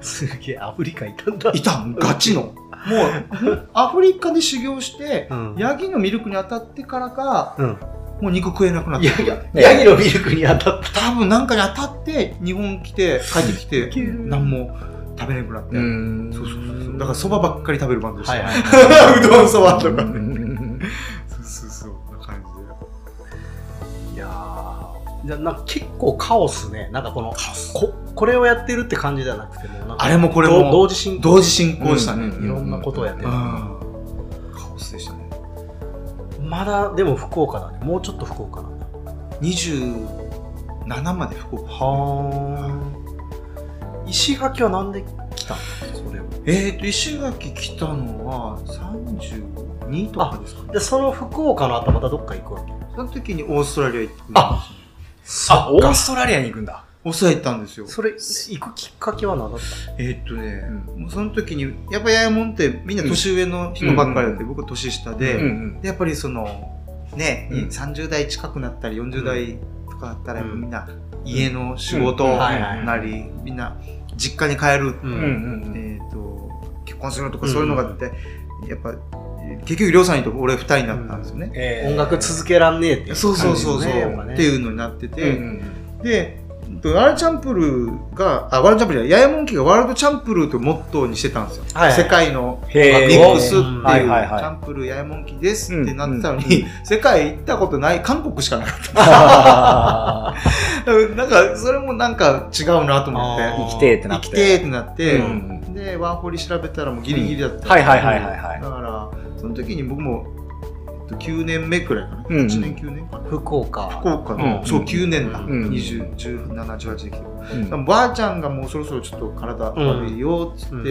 すげえ、アフリカいたんだ。
いたもうガチの。もう、アフリカで修行して、
うん
ヤギのミルクに当たってからか、
うん
もう肉食えなくなっ
ヤ
た。
ギヤギのミルクに当たっ。
多分なんかに当たって、日本来て、帰ってきて、何も食べれなくなって。
ん
そうそうそうそう。だからそばばっかり食べるバンドでしたた。
はい
うどんそばとか
う
ね。
ん
そうそうそう。そんな感じで。
いやーじゃあなんか結構カオスね。なんかこの、ここれをやってるって感じじゃなくても、なんか
あれもこれ
ど
も
同時進行
同時進行したね。
う
うん
いろんなことをやってる。
ん。カオスでしたね。
まだでも福岡だね。もうちょっと福岡なんだ。
27まで福岡。
はあ。石垣はなんで来たのそれを。
えーと、石垣来たのは32とかですかね。
で、その福岡の後またどっか行くわけ
その時にオーストラリア行って
ああ、オーストラリアに行くんだ。
オーストラリア行ったんですよ。
それ、行くきっかけは何だった
えーっとね、もうその時に、やっぱ八重門ってみんな年上の人ばっかりだって、
う
僕は年下
う
で、
ん
でやっぱりその、ね、
うん
30代近くなったり40代とかだったら、やっぱみんな家の仕
う
事
んうん
はいはい
なり、みんな実家に帰る、
うん。うん
えーっと、結婚するとかそういうのがあって、やっぱ、結局、りょうさんにと俺二人になったんですよね。
えー
音楽続けらんねえってい
そうそうそ
感
うそう、
じですねやっぱね
っていうのになって
うんう
て、
ん
でワールドチャンプルがあワールドチャンプルじゃないヤヤモンキーがワールドチャンプルとモットーにしてたんですよ、
はいはい
世界のミ
へー
ックスっていう、
うんはい
はいはい
チャンプルヤヤモンキーですってなってたのに、世界行ったことない韓国しかなかっ
あー
た なんかそれもなんか違うなと思って
あー
行きてーってな
行
って。
きてーってなって、
うん
でワーホリ調べたらもうギリギリだった、
はいはいはいはいはい
だからその時に僕もえっと9年目くらいかな、
うん
8年9年かな
福岡。
福岡の、
うん
そう9年だ、
うん
20、17、18で来てる
うん
でもばあちゃんがもうそろそろちょっと体悪いよっつって、
うん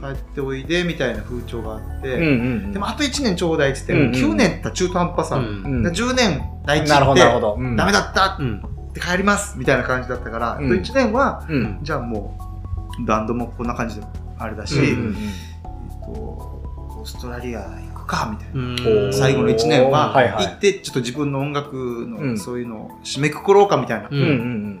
帰
うん
っておいでみたいな風潮があって、
うんうん
でもあと1年ちょうだいっつって、
うん
9年って中途半端さ、
うん
うん
だから10年第一
なるほ
行っ
ど、
て
なるほど。うん
ダメだった
うん。
って帰りますみたいな感じだったから、
うん
あと1年は
うん
じゃあもうバンドもこんな感じであれだ
う
し、
んう
う
ん
ん
えっとオーストラリア行くかみたいな。
うん
最後の1年は
はいはい
行ってちょっと自分の音楽
う
の
ん
そういうのを締めくくろうかみたいな、
う
うんうん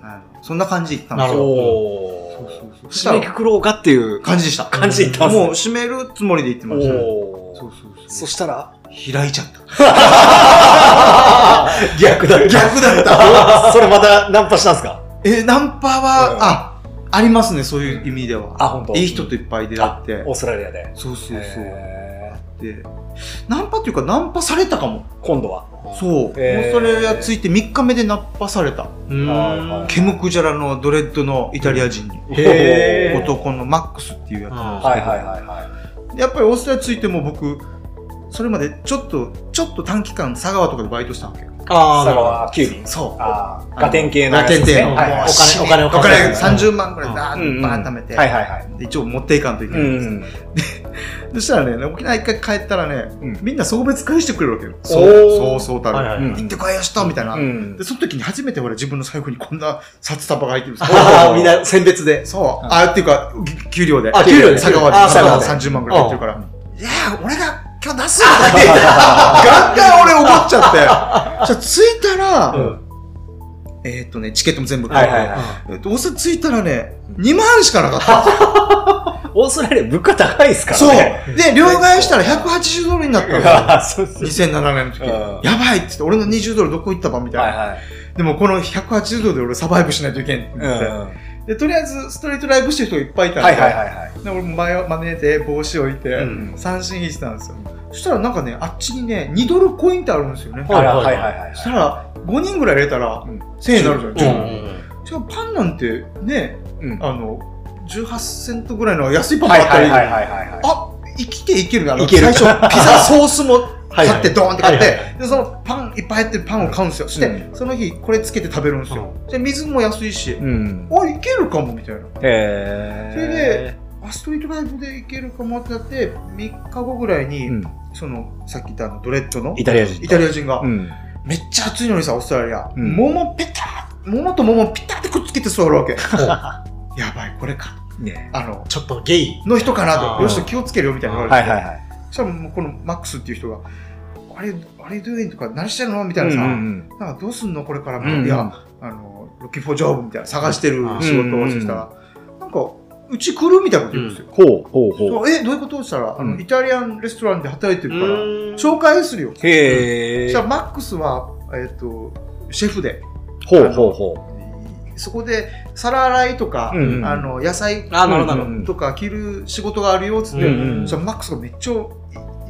ん。
あのそんな感じで行ったんで
な
す
る
よ。
ほど
そうそうそう
締めくくろうかっていう
感じでした。
感じで行ったんですね
もう閉めるつもりで行ってましたね。そうそうそ。
そうしたら
開いち ゃった。
逆だ。
逆だっ た。
それまたナンパしたんですか
え、ナンパ
うん
は、あ、ありますね、そういう意味では。
あ本当
いい人といっぱい出会って
オ。ーストラリアで。
そうそうそう。
へ
で、ナンパっていうか、ナンパされたかも。
ー今度は。
そう。もうそ
へー
れがついて3日目でナンパされた。
うん
はいはい
ケムクジャラのドレッドのイタリア人に。
へー
男のマックスっていうやつなんです
はい
けど
はいはいは
やっぱりオーストラリアついても僕、それまでちょっと、ちょっと短期間佐川とかでバイトしたわけ。
あ
い。
あ、
佐
なるほど
川急便。
そう。
ああ、ガテン系のや
ガ
つで
テン
すね。
系の、
はい
もう
はい
お金
し
お金を
お
稼い
金
で
30万ぐらいザー
うんう
ッ
ん
とバーッと貯めて、
はいはいはい。
で一応持っていかんといけ
う
ないんです、
ん。
そしたらね沖縄一回帰ったらね、
うん
みんな送別会してくれるわけよ
おー
そうそうたる、
はいはい
はい
行ってこいよしたみたいな、
うん
でその時に初めて俺自分の財布にこんな札束が入ってるんですよ
あ あ、みんな選別で。
そう、あっていうかぎ給料で
あ給料で
佐川で
あ佐川で
30万ぐらい入ってるから、いやー俺が今日出すよとか言ってガンガン俺怒っちゃってじゃあ着いたら、
うん
えーっとねチケットも全部
はい
て
はいは
えっと、お世着いたらね、2万しかなかった。
い。オーストラリア物価高いですから
そう
ね。。
で、両替したら180ドルになったの。
あーそうそう。
2007年の時。
うん
やばいっつって、俺の20ドルどこ行ったばみたいな。
はいはい。
でもこの180ドルで俺サバイブしないといけんって
うん。
言って、
は
で、とりあえずストレートライブしてる人がいっぱいい
い
たん
は
で、
いはいはい。
で俺も前を真似て帽子置いて、
うん
三振引いてたんですよ。そしたらなんかね、あっちにね、2ドルコインってあるんですよね。
あらはいはいはいはい。
そしたら、5人ぐらい入れたら、
うん
1000円になるじゃ
う
ないで
ん
すか。違う、パンなんてね、
うん
あの、18セントぐらいの安いパン
はい
買った
は
ら
い
いい
はいはいはいはい。
あ生きていけるなあの
いける
最初ピザソースも
はい
買ってドーンって買って、
はい
でそのパンいっぱい入ってるパンを買うんですよして、
う
その日これつけて食べるんですよ、で水も安いし、
うん。
あいけるかもみたいな
へ
それで、あストリートライブでいけるかもってなって3日後ぐらいに、
うん
そのさっき言ったあのドレッドの
イタリア人。
イタリア人が、
うん。
めっちゃ暑いのにさオーストラリア、
うん
桃ペタッ桃と桃ピタってくっつけて座るわけ やばいこれか
ね。
あの
ちょっとゲイ。
の人かな
あ
と
ー
よし気をつけるよみたいな言われて
はいはいはい。
そしたらもうこのマックスっていう人が、あれ、あれどういうとか、何してるのみたいなさ、
うん
なんかどうすんのこれからも、
うんうん
いや、あの、ロッキーフォージョブみたいな、探してる仕事をしてたら、なんか、うち来るみたいなこと言うんですよ。
ほうほうほう。
そうえ、どういうことって言ったら、あ
う
の、
ん
イタリアンレストランで働いてるから、
うん
紹介する
へ
よ。そ
え。
したらマックスは、ええっと、シェフで、
ほうほうほ
そこで皿洗いとか、
うんうん
あの野菜
あなるほどなるほ
ど
とか切る仕事があるよっつって、
うんうんうん
そしたらマックスがめっちゃ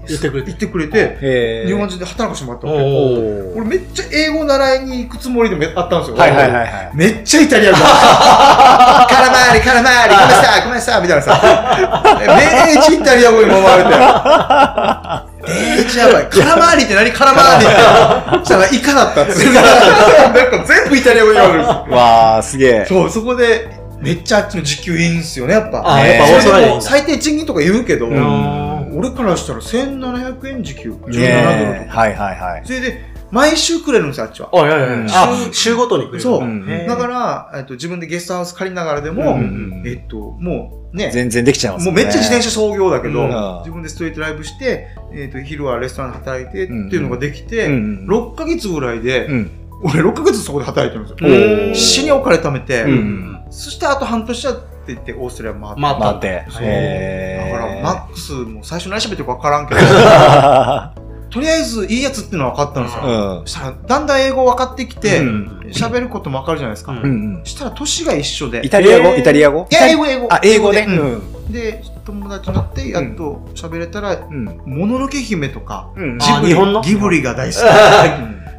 言ってくれて
言ってくれて、
う。へ
日本人で働かしてもらったわけ
おー
俺めっちゃ英語習いに行くつもりでもあったんですよ。
はいはいはいはい。
めっちゃイタ リア語。カラマーリ、カラマーリ、ごめんなさい、ごめんなさい、みたいなさ。めっちゃイタリア語に揉まれて。めっちゃやばい。カラマーリって何カラマーリって。そしたらイカだったっつって。 なんか全部イタリア語に言われるんですよ
わあ、すげえ。
そう、そこで、めっちゃあっちの時給いいんですよね、やっぱ。
あ
ね
やっぱオース
そ
トラ
れ
リアい
で
い
も
んだ
最低賃金とか言うけど、
うん
俺からしたら1700円時給。17ドルと
ねえ。
か。
はいはいはい。
それで、毎週くれるんですよ、あっちは。
あ、いやい
うん
やあ、週ごとに来る。
そう
うん
へー
だから、えっと、自分でゲストハウス借りながらでも、
うんうんうん
えっと、もうね、
全然できちゃいます
も
ね。
うめっちゃ自転車創業だけど、
うん
自分でストリートライブして、えっと、昼はレストランで働いてっていうのができて、
うんうん
6ヶ月ぐらいで、
うん。
俺6ヶ月そこで働いてるんです
う
よ。
ん
お
死
ー
にお金貯めて、
うん
うん
そしてあと半年だって言ってオーストラリア回って。
まあ、
待って。
そう
だ
へ
か
ー
ら、マックスも最初何喋ってるか分からんけど、とりあえずいいやつっていうのは分かったんですよ。
うん
そしたら、だんだん英語分かってきて
う、ん
喋、ることも分かるじゃないですか。
うん
うんうん
そしたら、年が一緒で
イ。タリア語
えー
イタリア語
いや、英語、英語。
あ、英語で。
うん
ん。
で、友達になって、やっと喋れたら、
うん。
もののけ姫とか、
うん
あ
ジ
日
ブ
本
リ
の
ギブリが 大好き。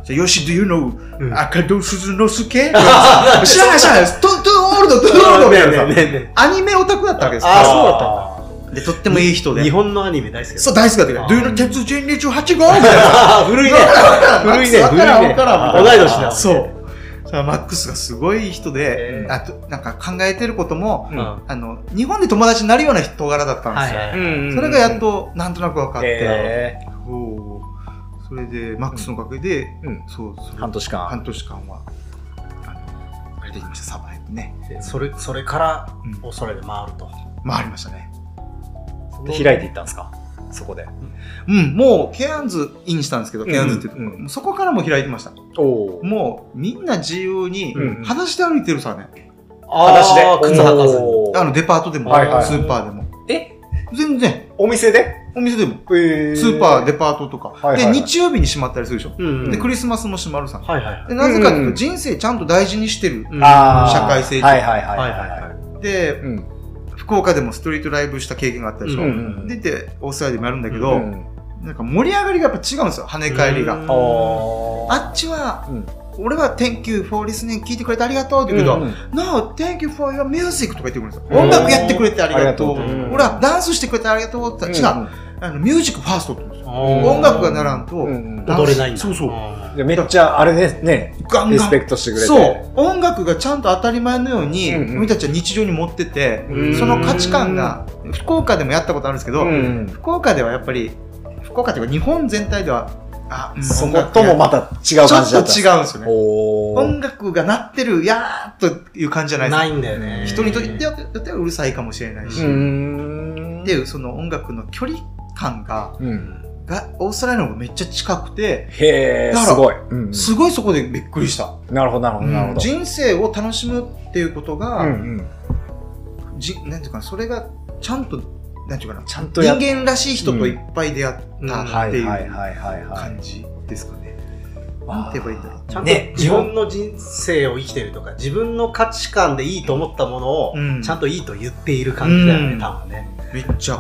じゃあよし、do you know
うん
赤戸鈴之助知らない、知らない。 トゥトゥオールド、トゥオールドみたいなさ。アニメオタクだったわけです
あ、
か
そうだったんだ。
ら。で、とってもいい人で
日。本のアニメ大好きだ
そう、大好きだったけど、
あ
do you know 鉄人28号みたい な。
あ古いね。古いね。
わ
古い
からん、わ
ね。
からん。
同い年だ。
そう。そしたらマックスがすごいいい人で
へ、ー
あと、なんか考えてることも、
うん。は
あの、日本で友達になるような人柄だった
い
んですよ。
はい。
ん
それがやっとなんとなく分かって、
へー
そうそれでマックスのおかげで、
うん
そうそう
半年間。
半年間はあのあれできましたサバイブね
でそれ、それから
うん、
オーストラリアで回ると。
回りましたね
で開いていったんですかそこで。
うんもうケアンズインしたんですけど
うん
ケアンズっていうところ、
うん
もうそこからも開いてました
おお
もうみんな自由に
うん
裸足で歩いてるさね、
あー靴
靴
履
履
か
か
ず
ず
に。
に。
あのデパートでも、
はいはい
スーパーでも
え
全然
お店で
お店でも
ス
スーパー、デパートとか、
はいはいはい
で日曜日に閉まったりするでしょ、
うん
でクリスマスも閉まるさ
はいはいはい。
でなぜかという
う
と
ん
人生ちゃんと大事にしてる、
うん
あー
社会成長
はいはいはい
はい
は
はいい
は。
はいい。
で、
うん
福岡でもストリートライブした経験があったでしょ、
うん
うん
出てオーストラリアでもやるんだけ
う
ど、
ん
なんか盛り上がりがやっぱ違うんですよ跳ね返りが、
うん
あ
あ
っちは、
うん
俺は「Thank you for listening 聞いてくれてありがとう」って言うけど「
うん
No thank you for your music」とか言ってくるんですよ、
うん
音楽やってくれてありがとう
ありがとううん
俺はダンスしてくれてありがとうって言ったら、違うあのミュージックファーストって言うんですよ、音楽がならんと、
うん
ダンス
踊れないんだ。
そうそう
うん
でめっちゃあれですね、
ガン
リ
ガ
スペ
ン
クトしてくれて。
そう音楽がちゃんと当たり前のように、
うんうん
俺たちは日常に持ってて、
うん
その価値観が福岡でもやったことあるんですけど、
うん。
福岡ではやっぱり福岡というか日本全体ではあうん
そ
音
こ
楽
ともまた違う
ちょ
感
っ
じ
と
だ
違う
った。
んです
う。
よね
お
音
ー。
楽が鳴ってるやーっという感じじゃないで
な
すか
いんだよね。
人にとってはとってはうるさいかもしれないし、
うーん
っていうその音楽の距離感が
うん。
がオーストラリアの方がめっちゃ近くて
へー、
だか
す
ら
ごい。うん
すごいそこでびっくりした、
なるほど、なるほど、なるほど。
人生を楽しむっていうことが、
うんうん
じなんていうかなそれがちゃんとなんていうかな
ちゃんと
人
やっ
間らしい人といっぱい出会った
は
って
い
い
はいうはいはいは
感じですかね、
い。
なんて言えばいいんだろう
ちゃんと
ね
自分の人生を生きてるとか、自分の価値観でいいと思ったものを、
うん
ちゃんといいと言っている感じだよね、
うん
多分ね。
めっちゃ、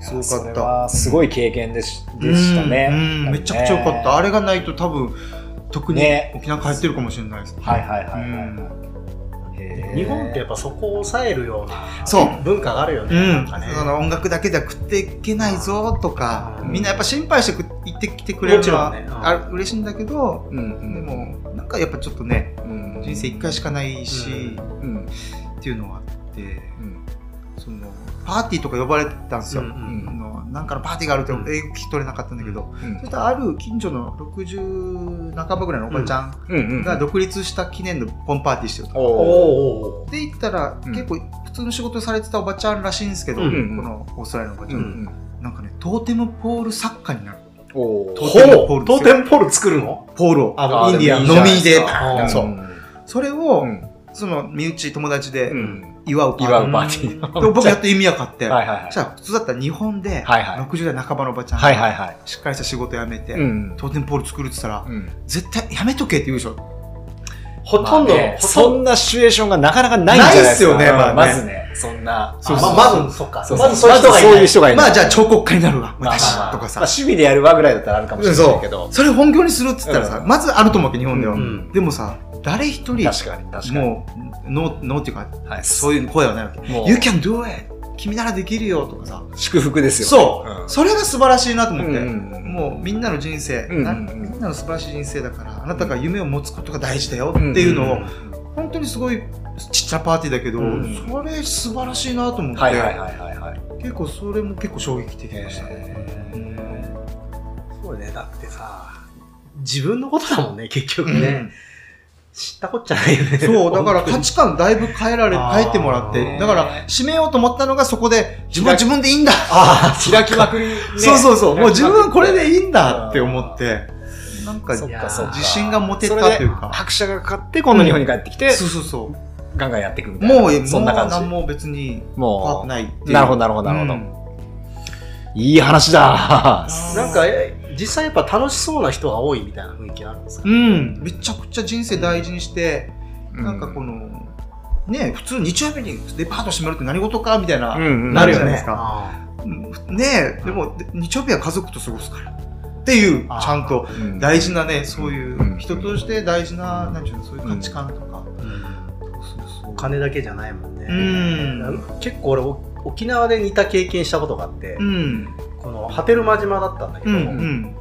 すごか
それ
った
はすごい経験でしでしたね
うんうん。めちゃくちゃ良かった。あれがないと多分、特に
ね
沖縄帰ってるかもしれないです。
はいはいはいは
うん
いはい。
日本ってやっぱそこを抑えるような
そう
文化があるよね。
う
なん
ん
かね。
その音楽だけじゃ食っていけないぞとか、
うん
みんなやっぱ心配してく行ってきてくれるのは、
もちろんねうん
あ嬉しいんだけど、
うんう
で
ん
もなんかやっぱちょっとね
うん
人生一回しかないし、
うん
っていうのがあって
うん
そのパーティーとか呼ばれてたんですよ、
うんうん
うん
あのなんかのパーティーがあるって
うん
英語聞き取れなかったんだけど、
うん
そしたらある近所の60半ばぐらいのおばちゃん
うんうん
が独立した記念のポンパーティーしてると。
おおー
おー
おー
で行ったら、
うん
結構普通の仕事されてたおばちゃんらしいんですけど、
うん
うん
このオーストラリアのおばち
う
ゃ
ん
ん、
うん
なんかねトーテムポール作家になる
おー
トーテムポー
ほ
ル
う
で
ト
すよ
ーテンポール作るの
ポールを
あの、
あー
インディアン
でもいいじゃない
飲みでパー
ですか
ン
そう
うん
それを、
うん
その身内友達で、
うん
祝うパーティー
祝うパーティー。
でも 僕やっと意味分かって、
はいはいはい
じゃあ普通だったら日本で、
はいはい
60代半ばのおばちゃん
はいはい
が
はい。
しっかりした仕事辞めて、
うん。
当店ポール作るって言ったら、
うん
絶対やめとけって言うでしょ。
ほとんど、
まあね
ほ
そ
とんど、
んなシチュエーションがなかなかないんじゃないですか。
ないっすよねまあね
まずね、そんな。
そう
ま
そう
あまず、そっか。
そう
まずそういう人がい
まずそう
ない
いう人がいない。
まあじゃあ彫刻家になるわ、
まあまあ
私
まあ
とかさ。
まあ趣味でやるわぐらいだったらあるかもしれないけど。
それ本業にするって言ったらさ、
うん
まずあると思うわけ日本では、
うんうん
でもさ誰一人
確かに、確かに。
もうノーノーっていうか
う、はい、
そういう声はないわけ
も
「
う
You can do it! 君ならできるよ」とかさ
祝福ですよ。
そう、
ん
それが素晴らしいなと思っ
うん
て、
うんうん
もうみんなの人生、
うんうん
な
うん
みんなの素晴らしい人生だからあなたが夢を持つことが大事だよっていうのを、
んん
本当にすごいちっちゃなパーティーだけど、
うん
それ素晴らしいなと思って、
はいはいはいはいはい。
結構それも結構衝撃的でしたね、
へ
そうね、だってさ、自分のことだもんね、結局ね。
うん
知ったこっちゃないよね。
そう、だから価
本
値観だいぶ変えられ、
あー
変えてもらって、だから締めようと思ったのがそこで、自分は
開き
自分でいいんだ
ああ、開きまくり、ね。
そうそうそう、もう自分はこれでいいん
あー
だって思って、なんか
そっ
いや
かそっか。
自信が持てた
それで
というか、
拍車がかかって、今度日本に帰ってきて、
そうそうそう、
ガンガンやっていくみたいな。
もう、
そんな感じ。
もう何も別に怖く
も
ないって
う、
いう。
なるほど、
ど、
なるほど、なるほど。いい話だ。
当になんか、え実際やっぱ楽しそうな人が多いみたいな雰囲気あるんですか
うん、めちゃくちゃ人生大事にして、
な
なんかこの、ね、普通日曜日にデパート閉めるって何事かみたいな、
な
な
る
る
よ
よね
ね。
あ
うんねでもで日曜日は家族と過ごすから。っていう、ち
あー
ゃんと。
うん
大事なね、そうい
うん
う、人として大事な、なんていうの、そういう価値観とか。
ーうん
そうそうそ
お
う
金だけじゃないもんね。
うん。
結構俺お沖縄で似た経験したことがあって、
うん。
この波照間島だったんだけ
う
ど、
ん。うん。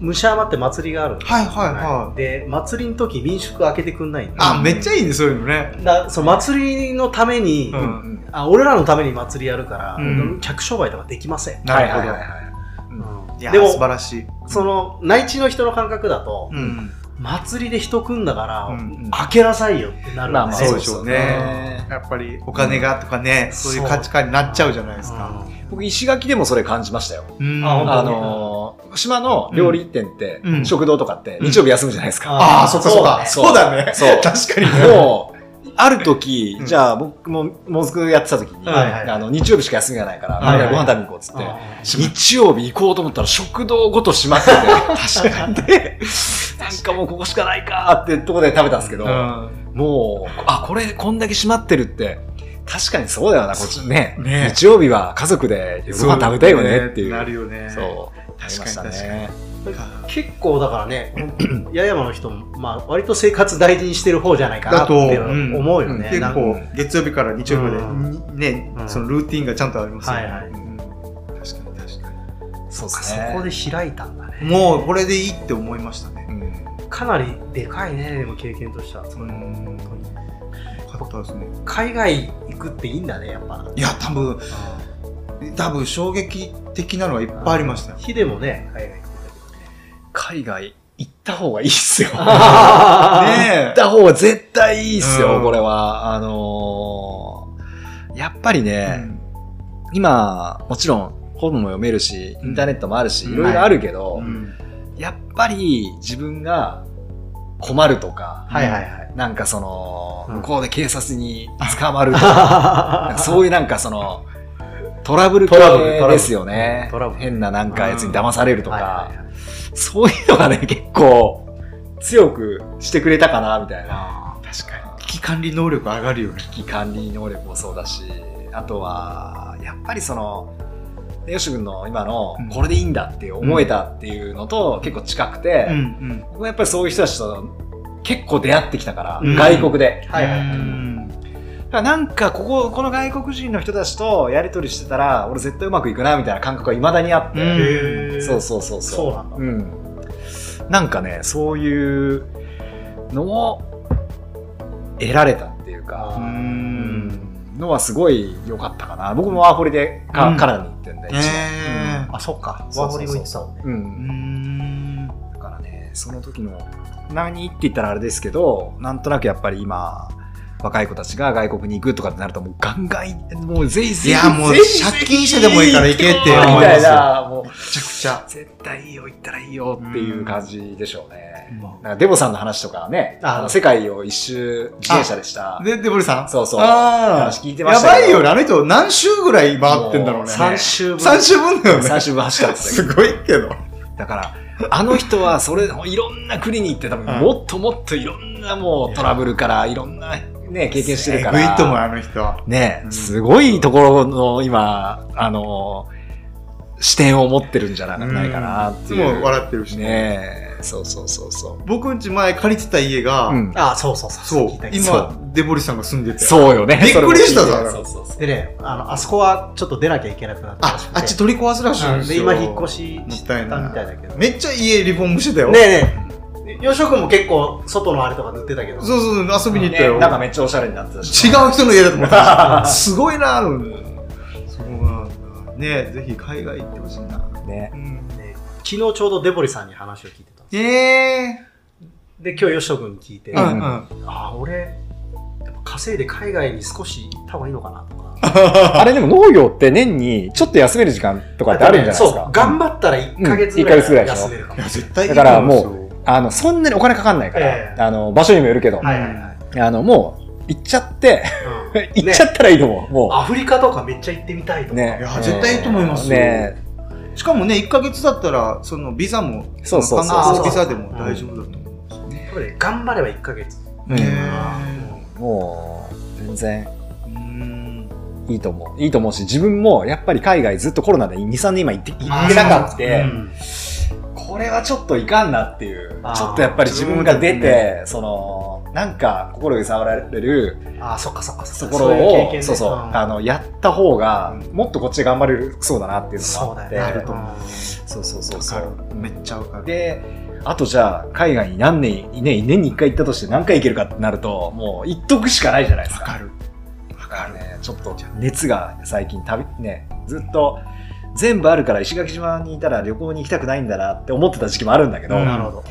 むしゃまって祭りがあるの
はいはいはい。
で祭りの時民宿開けてくんないんだ
あ、めっちゃいいね、そういうのね。
だそう祭りのために、
う
うんん
あ俺らのために祭りやるから、
うん
客商売とかできません、
な
は
る
いはい
ほ
はいはい
ど。いや、
で
素晴
も
らしい。
その内地の人の感覚だと、
うん。
祭りで人組んだから、
うん
開けなさいよってなるんだね
まあまあ
そうでしょうね
う。ん
やっぱり、お金がとかね、
ん
そういう価値観になっちゃうじゃないですか。
う
僕、石垣でもそれ感じましたよ。
うん
あ本当
あのー、島の料理店って
う、ん
食堂とかって、
うん
日曜日休むじゃないですか。
ああ、そっかそっか。
そうね
そうだね。
そう
確かにね。
もう、ある時
う、ん
じゃあ僕も、もずくやってた時に、
はいはい
あの、日曜日しか休みがないから、
はいはい
みんなでご飯食べに行こうっつって、
あー
日曜日行こうと思ったら食堂ごと閉まってて、 確かに。で、なんかもうここしかないかーってとこで食べたんですけど、
うん
もう、あ、これ、こんだけ閉まってるって、確かにそうだよな、こっちね。
ね
日曜日は家族で夜ご飯食べたいよねっていう。
なるよね。
そう。
確か
あり
に
ましたね。
結構だからね八重山の人も、まあ、割と生活大事にしてる方じゃないかなっていう
だとうん
のを思うよね、
結
なんか
構月曜日から日曜日まで、
うん
にね
うん
そのルーティンがちゃんとありますよね、
はいはい
うん確かに確か
そうで
そ
すね。
こで開いたんだね
にもうこれでいいって思いましたね
うん
かなりでかいねでも経験としては
うんよ
本当に
かったですね
海外行くっていいんだねやっぱ
いや多分多分衝撃的なのはいっぱいありましたよ
ヒデもね海外行くんだけどね
海外行った方がいいっすよ。
あ
行っ
ね
た方が絶対いいっすよ、
うん
これは。あのーやっぱり
え
ね、今、もちろん本も読めるし、インターネットもあるし、
うん
いろいろあるけど、
うん
やっぱり自分が困るとか、
はい はいはい
なんかその、
うん
向こうで警察に捕まる とか、なんか
あ
そういうなんかその、トラブル系
トラブルトラブル
ですよね
トラブ。ル
変ななんかやつに騙されると
はい
か
はい、はい
そういうのがね、結構強くしてくれたかな、みたいな。
確かに危機管理能力上がるよね
危機管理能力もそうだし、あとは、やっぱりその、よし君の今の
うん、
これでいいんだって思えたっていうのと結構近くて、
ん
僕はやっぱりそういう人たちと結構出会ってきたから、
うん
外国で。
はいはいはい
うん
だからなんかここ、この外国人の人たちとやり取りしてたら、俺絶対うまくいくな、みたいな感覚が未だにあって。
うん
へー
そうそうそう
そ
そう
なんだ
う。うん。なんかね、そういうのを得られたっていう
あ
か、
ー
うんのはすごい良かったかな。僕もワーホリでか、
うん
カナダに行ってんで、一
ねえ
あそっか
そう
ワーホ
そうそう
リも行ってたもんね
度うん
う。ん
だからね、その時の、何って言ったらあれですけど、なんとなくやっぱり今、若い子たちが外国に行くとかってなると、もうガンガン、もうぜひぜひ。
いや、もう
ぜひぜひ
借金してでもいいから行けって思い
み
ま
た
す。
い
めちゃ
な、もう
くちゃ。
絶対いいよ、行ったらいいよっていう感じでしょうね。
うん
なんかデボさんの話とかね、
あ
あの世界を一周自転車でした。
で、で、森さん
そうそう。
あ
話聞いて
ー
ま
や
した
ばいよね。あの人何周ぐらい回ってんだろうね。
3週分。
3周分だよ
3
ね。
週分走ったんです
す
よ。
ごいけど。
だから、あの人はそれ、いろんな国に行って多分、
うん
もっともっといろんなもうトラブルから、いろんなね、経験してるか
えぐいと思う、
ら。
あの人は。
ね
う、ん
すごいところの今、あの、視点を持ってるんじゃないかなって
いつ
い
も
う。
笑ってるしね。
ねえ、そうそうそうそう。
僕んち前借りてた家が、
うん
ああ、そうそうそう。
そう
聞い、た
そ
今、デボリさんが住んでて。
そうよね。
びっくりした
それも聞いて
そ
そうそうそう。
でね、あの、あそこはちょっと出なきゃいけなくなったら
あ
しく、て。
あっち取り壊すらしいん
う
で
ん
す
で、
よ。
今引っ越し
もっ
したた
い
み
ない
たいだけど。
めっちゃ家リフォームしてたよ。
ねえねえ、洋翔くんも結構外のあれとか塗ってたけど。
そうそうそう、遊びに行った
ね
よ。
なんかめっちゃおしゃれになってたし。
違う人の家だと思った。すごいな、あの。そうなんだ。ねぜひ海外行ってほしいな。
ね。
うん。
ね昨日ちょうどデボリさんに話を聞いてた。
ええ
で、今日洋翔くんに聞いて、
ー。
う
あ
ん
あ、俺、やっぱ稼いで海外に少し行った方がいいのかなとか。
あれでも農業って年にちょっと休める時間とかってあるんじゃないです
そう、
か。
頑張ったら1ヶ月ぐら
うん一ヶ月ぐらい
い
でしょ
休めるか
い
も
や、。絶対い
だ
い
から
と思うんですよ
あの、そんなにお金かかんないから、
ええ
あの、場所にもよるけど、
はいはいはい。
あの、もう、行っちゃって、
うん
行っちゃったらいいと思う。も
アフリカとかめっちゃ行ってみたいと
う。
か。
ね。
いや絶対いいと思いますよ
ね
しかもね、1ヶ月だったら、そのビザも、
そうそうそう
観光ビザでも大丈夫だと思うんですよね。
やっぱり頑張れば1ヶ月。
うん
ね
もう、全然
うん。
いいと思う。いいと思うし、自分もやっぱり海外ずっとコロナで2、3年今行って行ってなかった。
うん
これはちょっといかんなっていう
あー
ちょっとやっぱり自分が出て、そのなんか心揺さぶられる
ああ、そっかそっかそ
と
っか。
ころを
ういう経験ね
そうそう、
ん
あのやった方が
うん
もっとこっちが頑張れるそうだなっていうの
そう
があ
だ
って
よね。
ると思
そうそうそう
わ
そ
か
う
る。めっちゃわかる。
であとじゃあ海外に何年ね年に1回行ったとして何回行けるかってなるともう行っとくしかないじゃないです
わ
か
かる。わかる。
ね、ちょっと熱が最近旅ねずっと全部あるから石垣島にいたら旅行に行きたくないんだなって思ってた時期もあるんだけど、
うん
なるほど。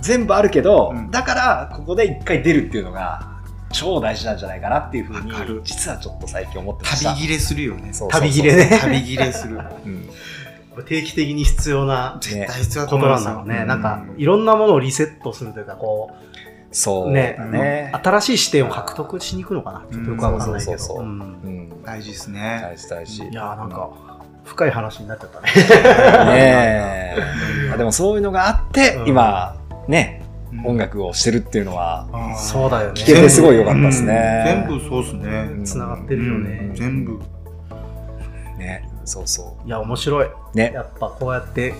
全部あるけど、
うん
だからここで一回出るっていうのが超大事なんじゃないかなっていうふうに
わかる
実はちょっと最近思ってました
旅切れするよね。
そうそうそう
旅切れね。
旅切れす る。
うん
定期的に必要な
絶対必要だと
こと
思う
なんだろう
んですよ
ね。
ん
なんか、いろんなものをリセットするというか、こ、
そうう
ね
だね、、
新しい視点を獲得しに行くのかな。ちょっとよくわかんないけ
うんそうそう
ど。
そううんうん
大事ですね。
大事大事
い
ね
やーなんか、深い話になっちゃったね。
えあでもそういうのがあって、
うん
今ね
うん
音楽をしてるっていうのは、
あー
そうだよね。
聞けてすごい良かったですね
うん全部そうですね。
つながってるよ
う
ね
ん。
全部。
ねそうそ
いや、面白い。
うね
やっぱこうやって、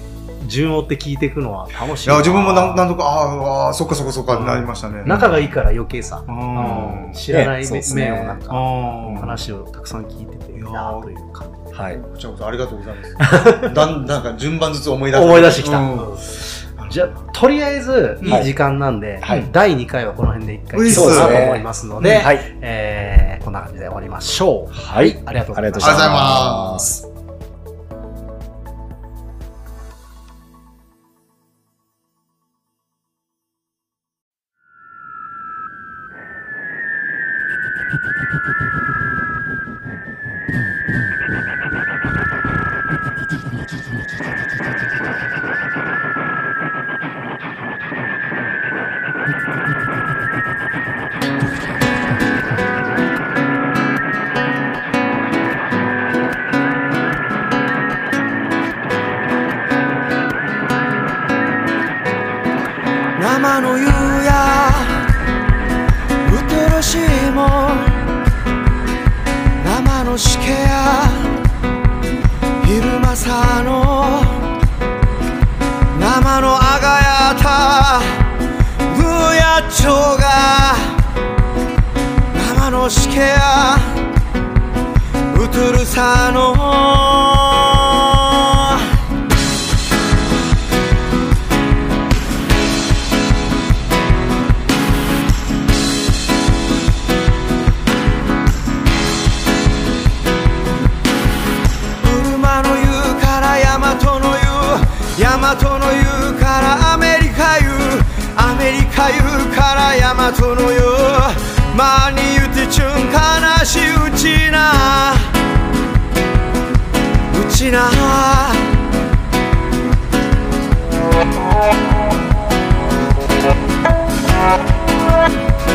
順を追って聞いていくのは楽しい
い
な。
や、自分もなんなんとか、あーあー、そっかそっかそっかってなりましたね。
仲がいいから余計さ、
あー
知らない
ねそうっすね
面をなんか、
あ
話をたくさん聞いてていい
やー
なという感じ。
はい
ー。こちらこそありがとうございます。 だんなんか順番ずつ思い出
思い出してきた。
うん
じゃあ、とりあえず、いい時間なんで、
はい
第2回はこの辺で一回
うい
切
っ
り
す
た
ね
いなと思いますので、
はい、
えーこんな感じで終わりましょう。
はい、
ありがとう
あ
ございま
りがとうご
す
ざい
ありがとうございま
ます
生の夕やうとろしいもん生のしけや昼間さの生のあがやたぬやちょうが生のしけやうとるさの車の湯から大和の湯大和の湯からアメリカ湯アメリカ湯から大和の湯マニユティ
一瞬悲しいうちなうちな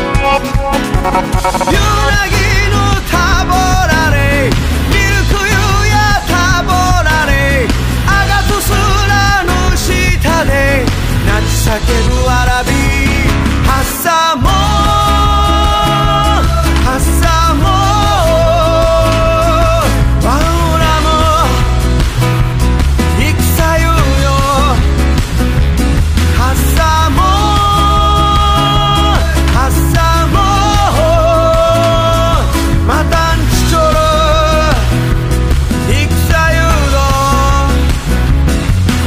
「ゆらぎのタボラレイ」「ミルクユやタボラレイ」「アガトスラの下で」「泣き叫ぶわらび」「ハッサモーハッサモー」「ワウラも戦ゆうよ」「ハッサモーハッサモー」「またんちちょろ」「戦ゆう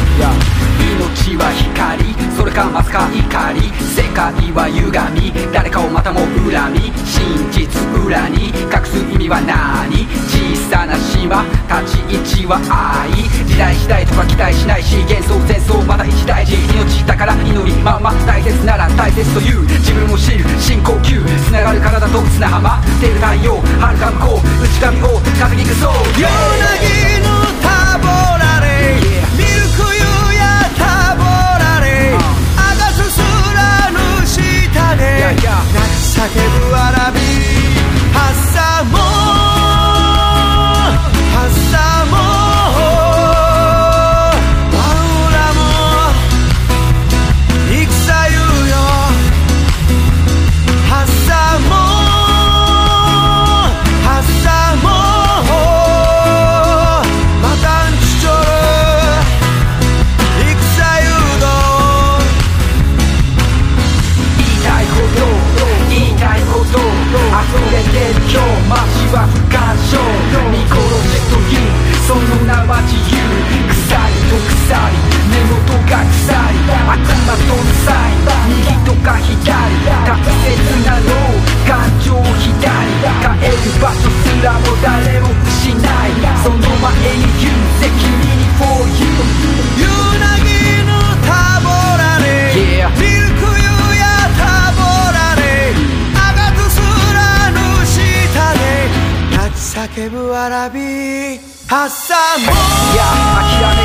ど」
や命は光それかまさか怒り世界は歪み誰かをまたも恨み真実裏に隠す意味は何小さな島立ち位置は愛時代時代とか期待しないし幻想戦争まだ一大事命だから祈りまんま大切なら大切という自分を知る深呼吸つながる体と砂浜出る太陽遥か向こう内髪を風にくそう
「夜なぎの
Yeah!
タボラレイ」「ミルクユやタボラレイ」「あがすすらの下で」「泣
Yeah,
き
yeah.
叫ぶわらび」「はっさもはっさもわうらも戦ゆうよ」「はっさもはっさもまたんちちょる」「戦ゆうど」
言いたいこと言いたいこと溢れてる今日街は不干渉見殺せというその名は自由鎖と鎖根元が鎖悪魔とのサイン右とか左大切なの感情を左帰る場所すらも誰も失いその前に言う責任 for you
「ゆなぎのタボラレイ」「
Yeah.
ミルクユやタボラレイ」「あがつすらの下で」「泣き叫ぶわらび」「はっさも
いや諦め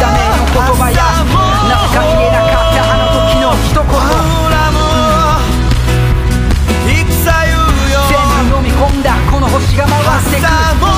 諦めの言葉やなぜか言えなかったあの時の一
わう
言
らも戦ゆうよ」
全部飲み込んだこの星が回ってく
朝も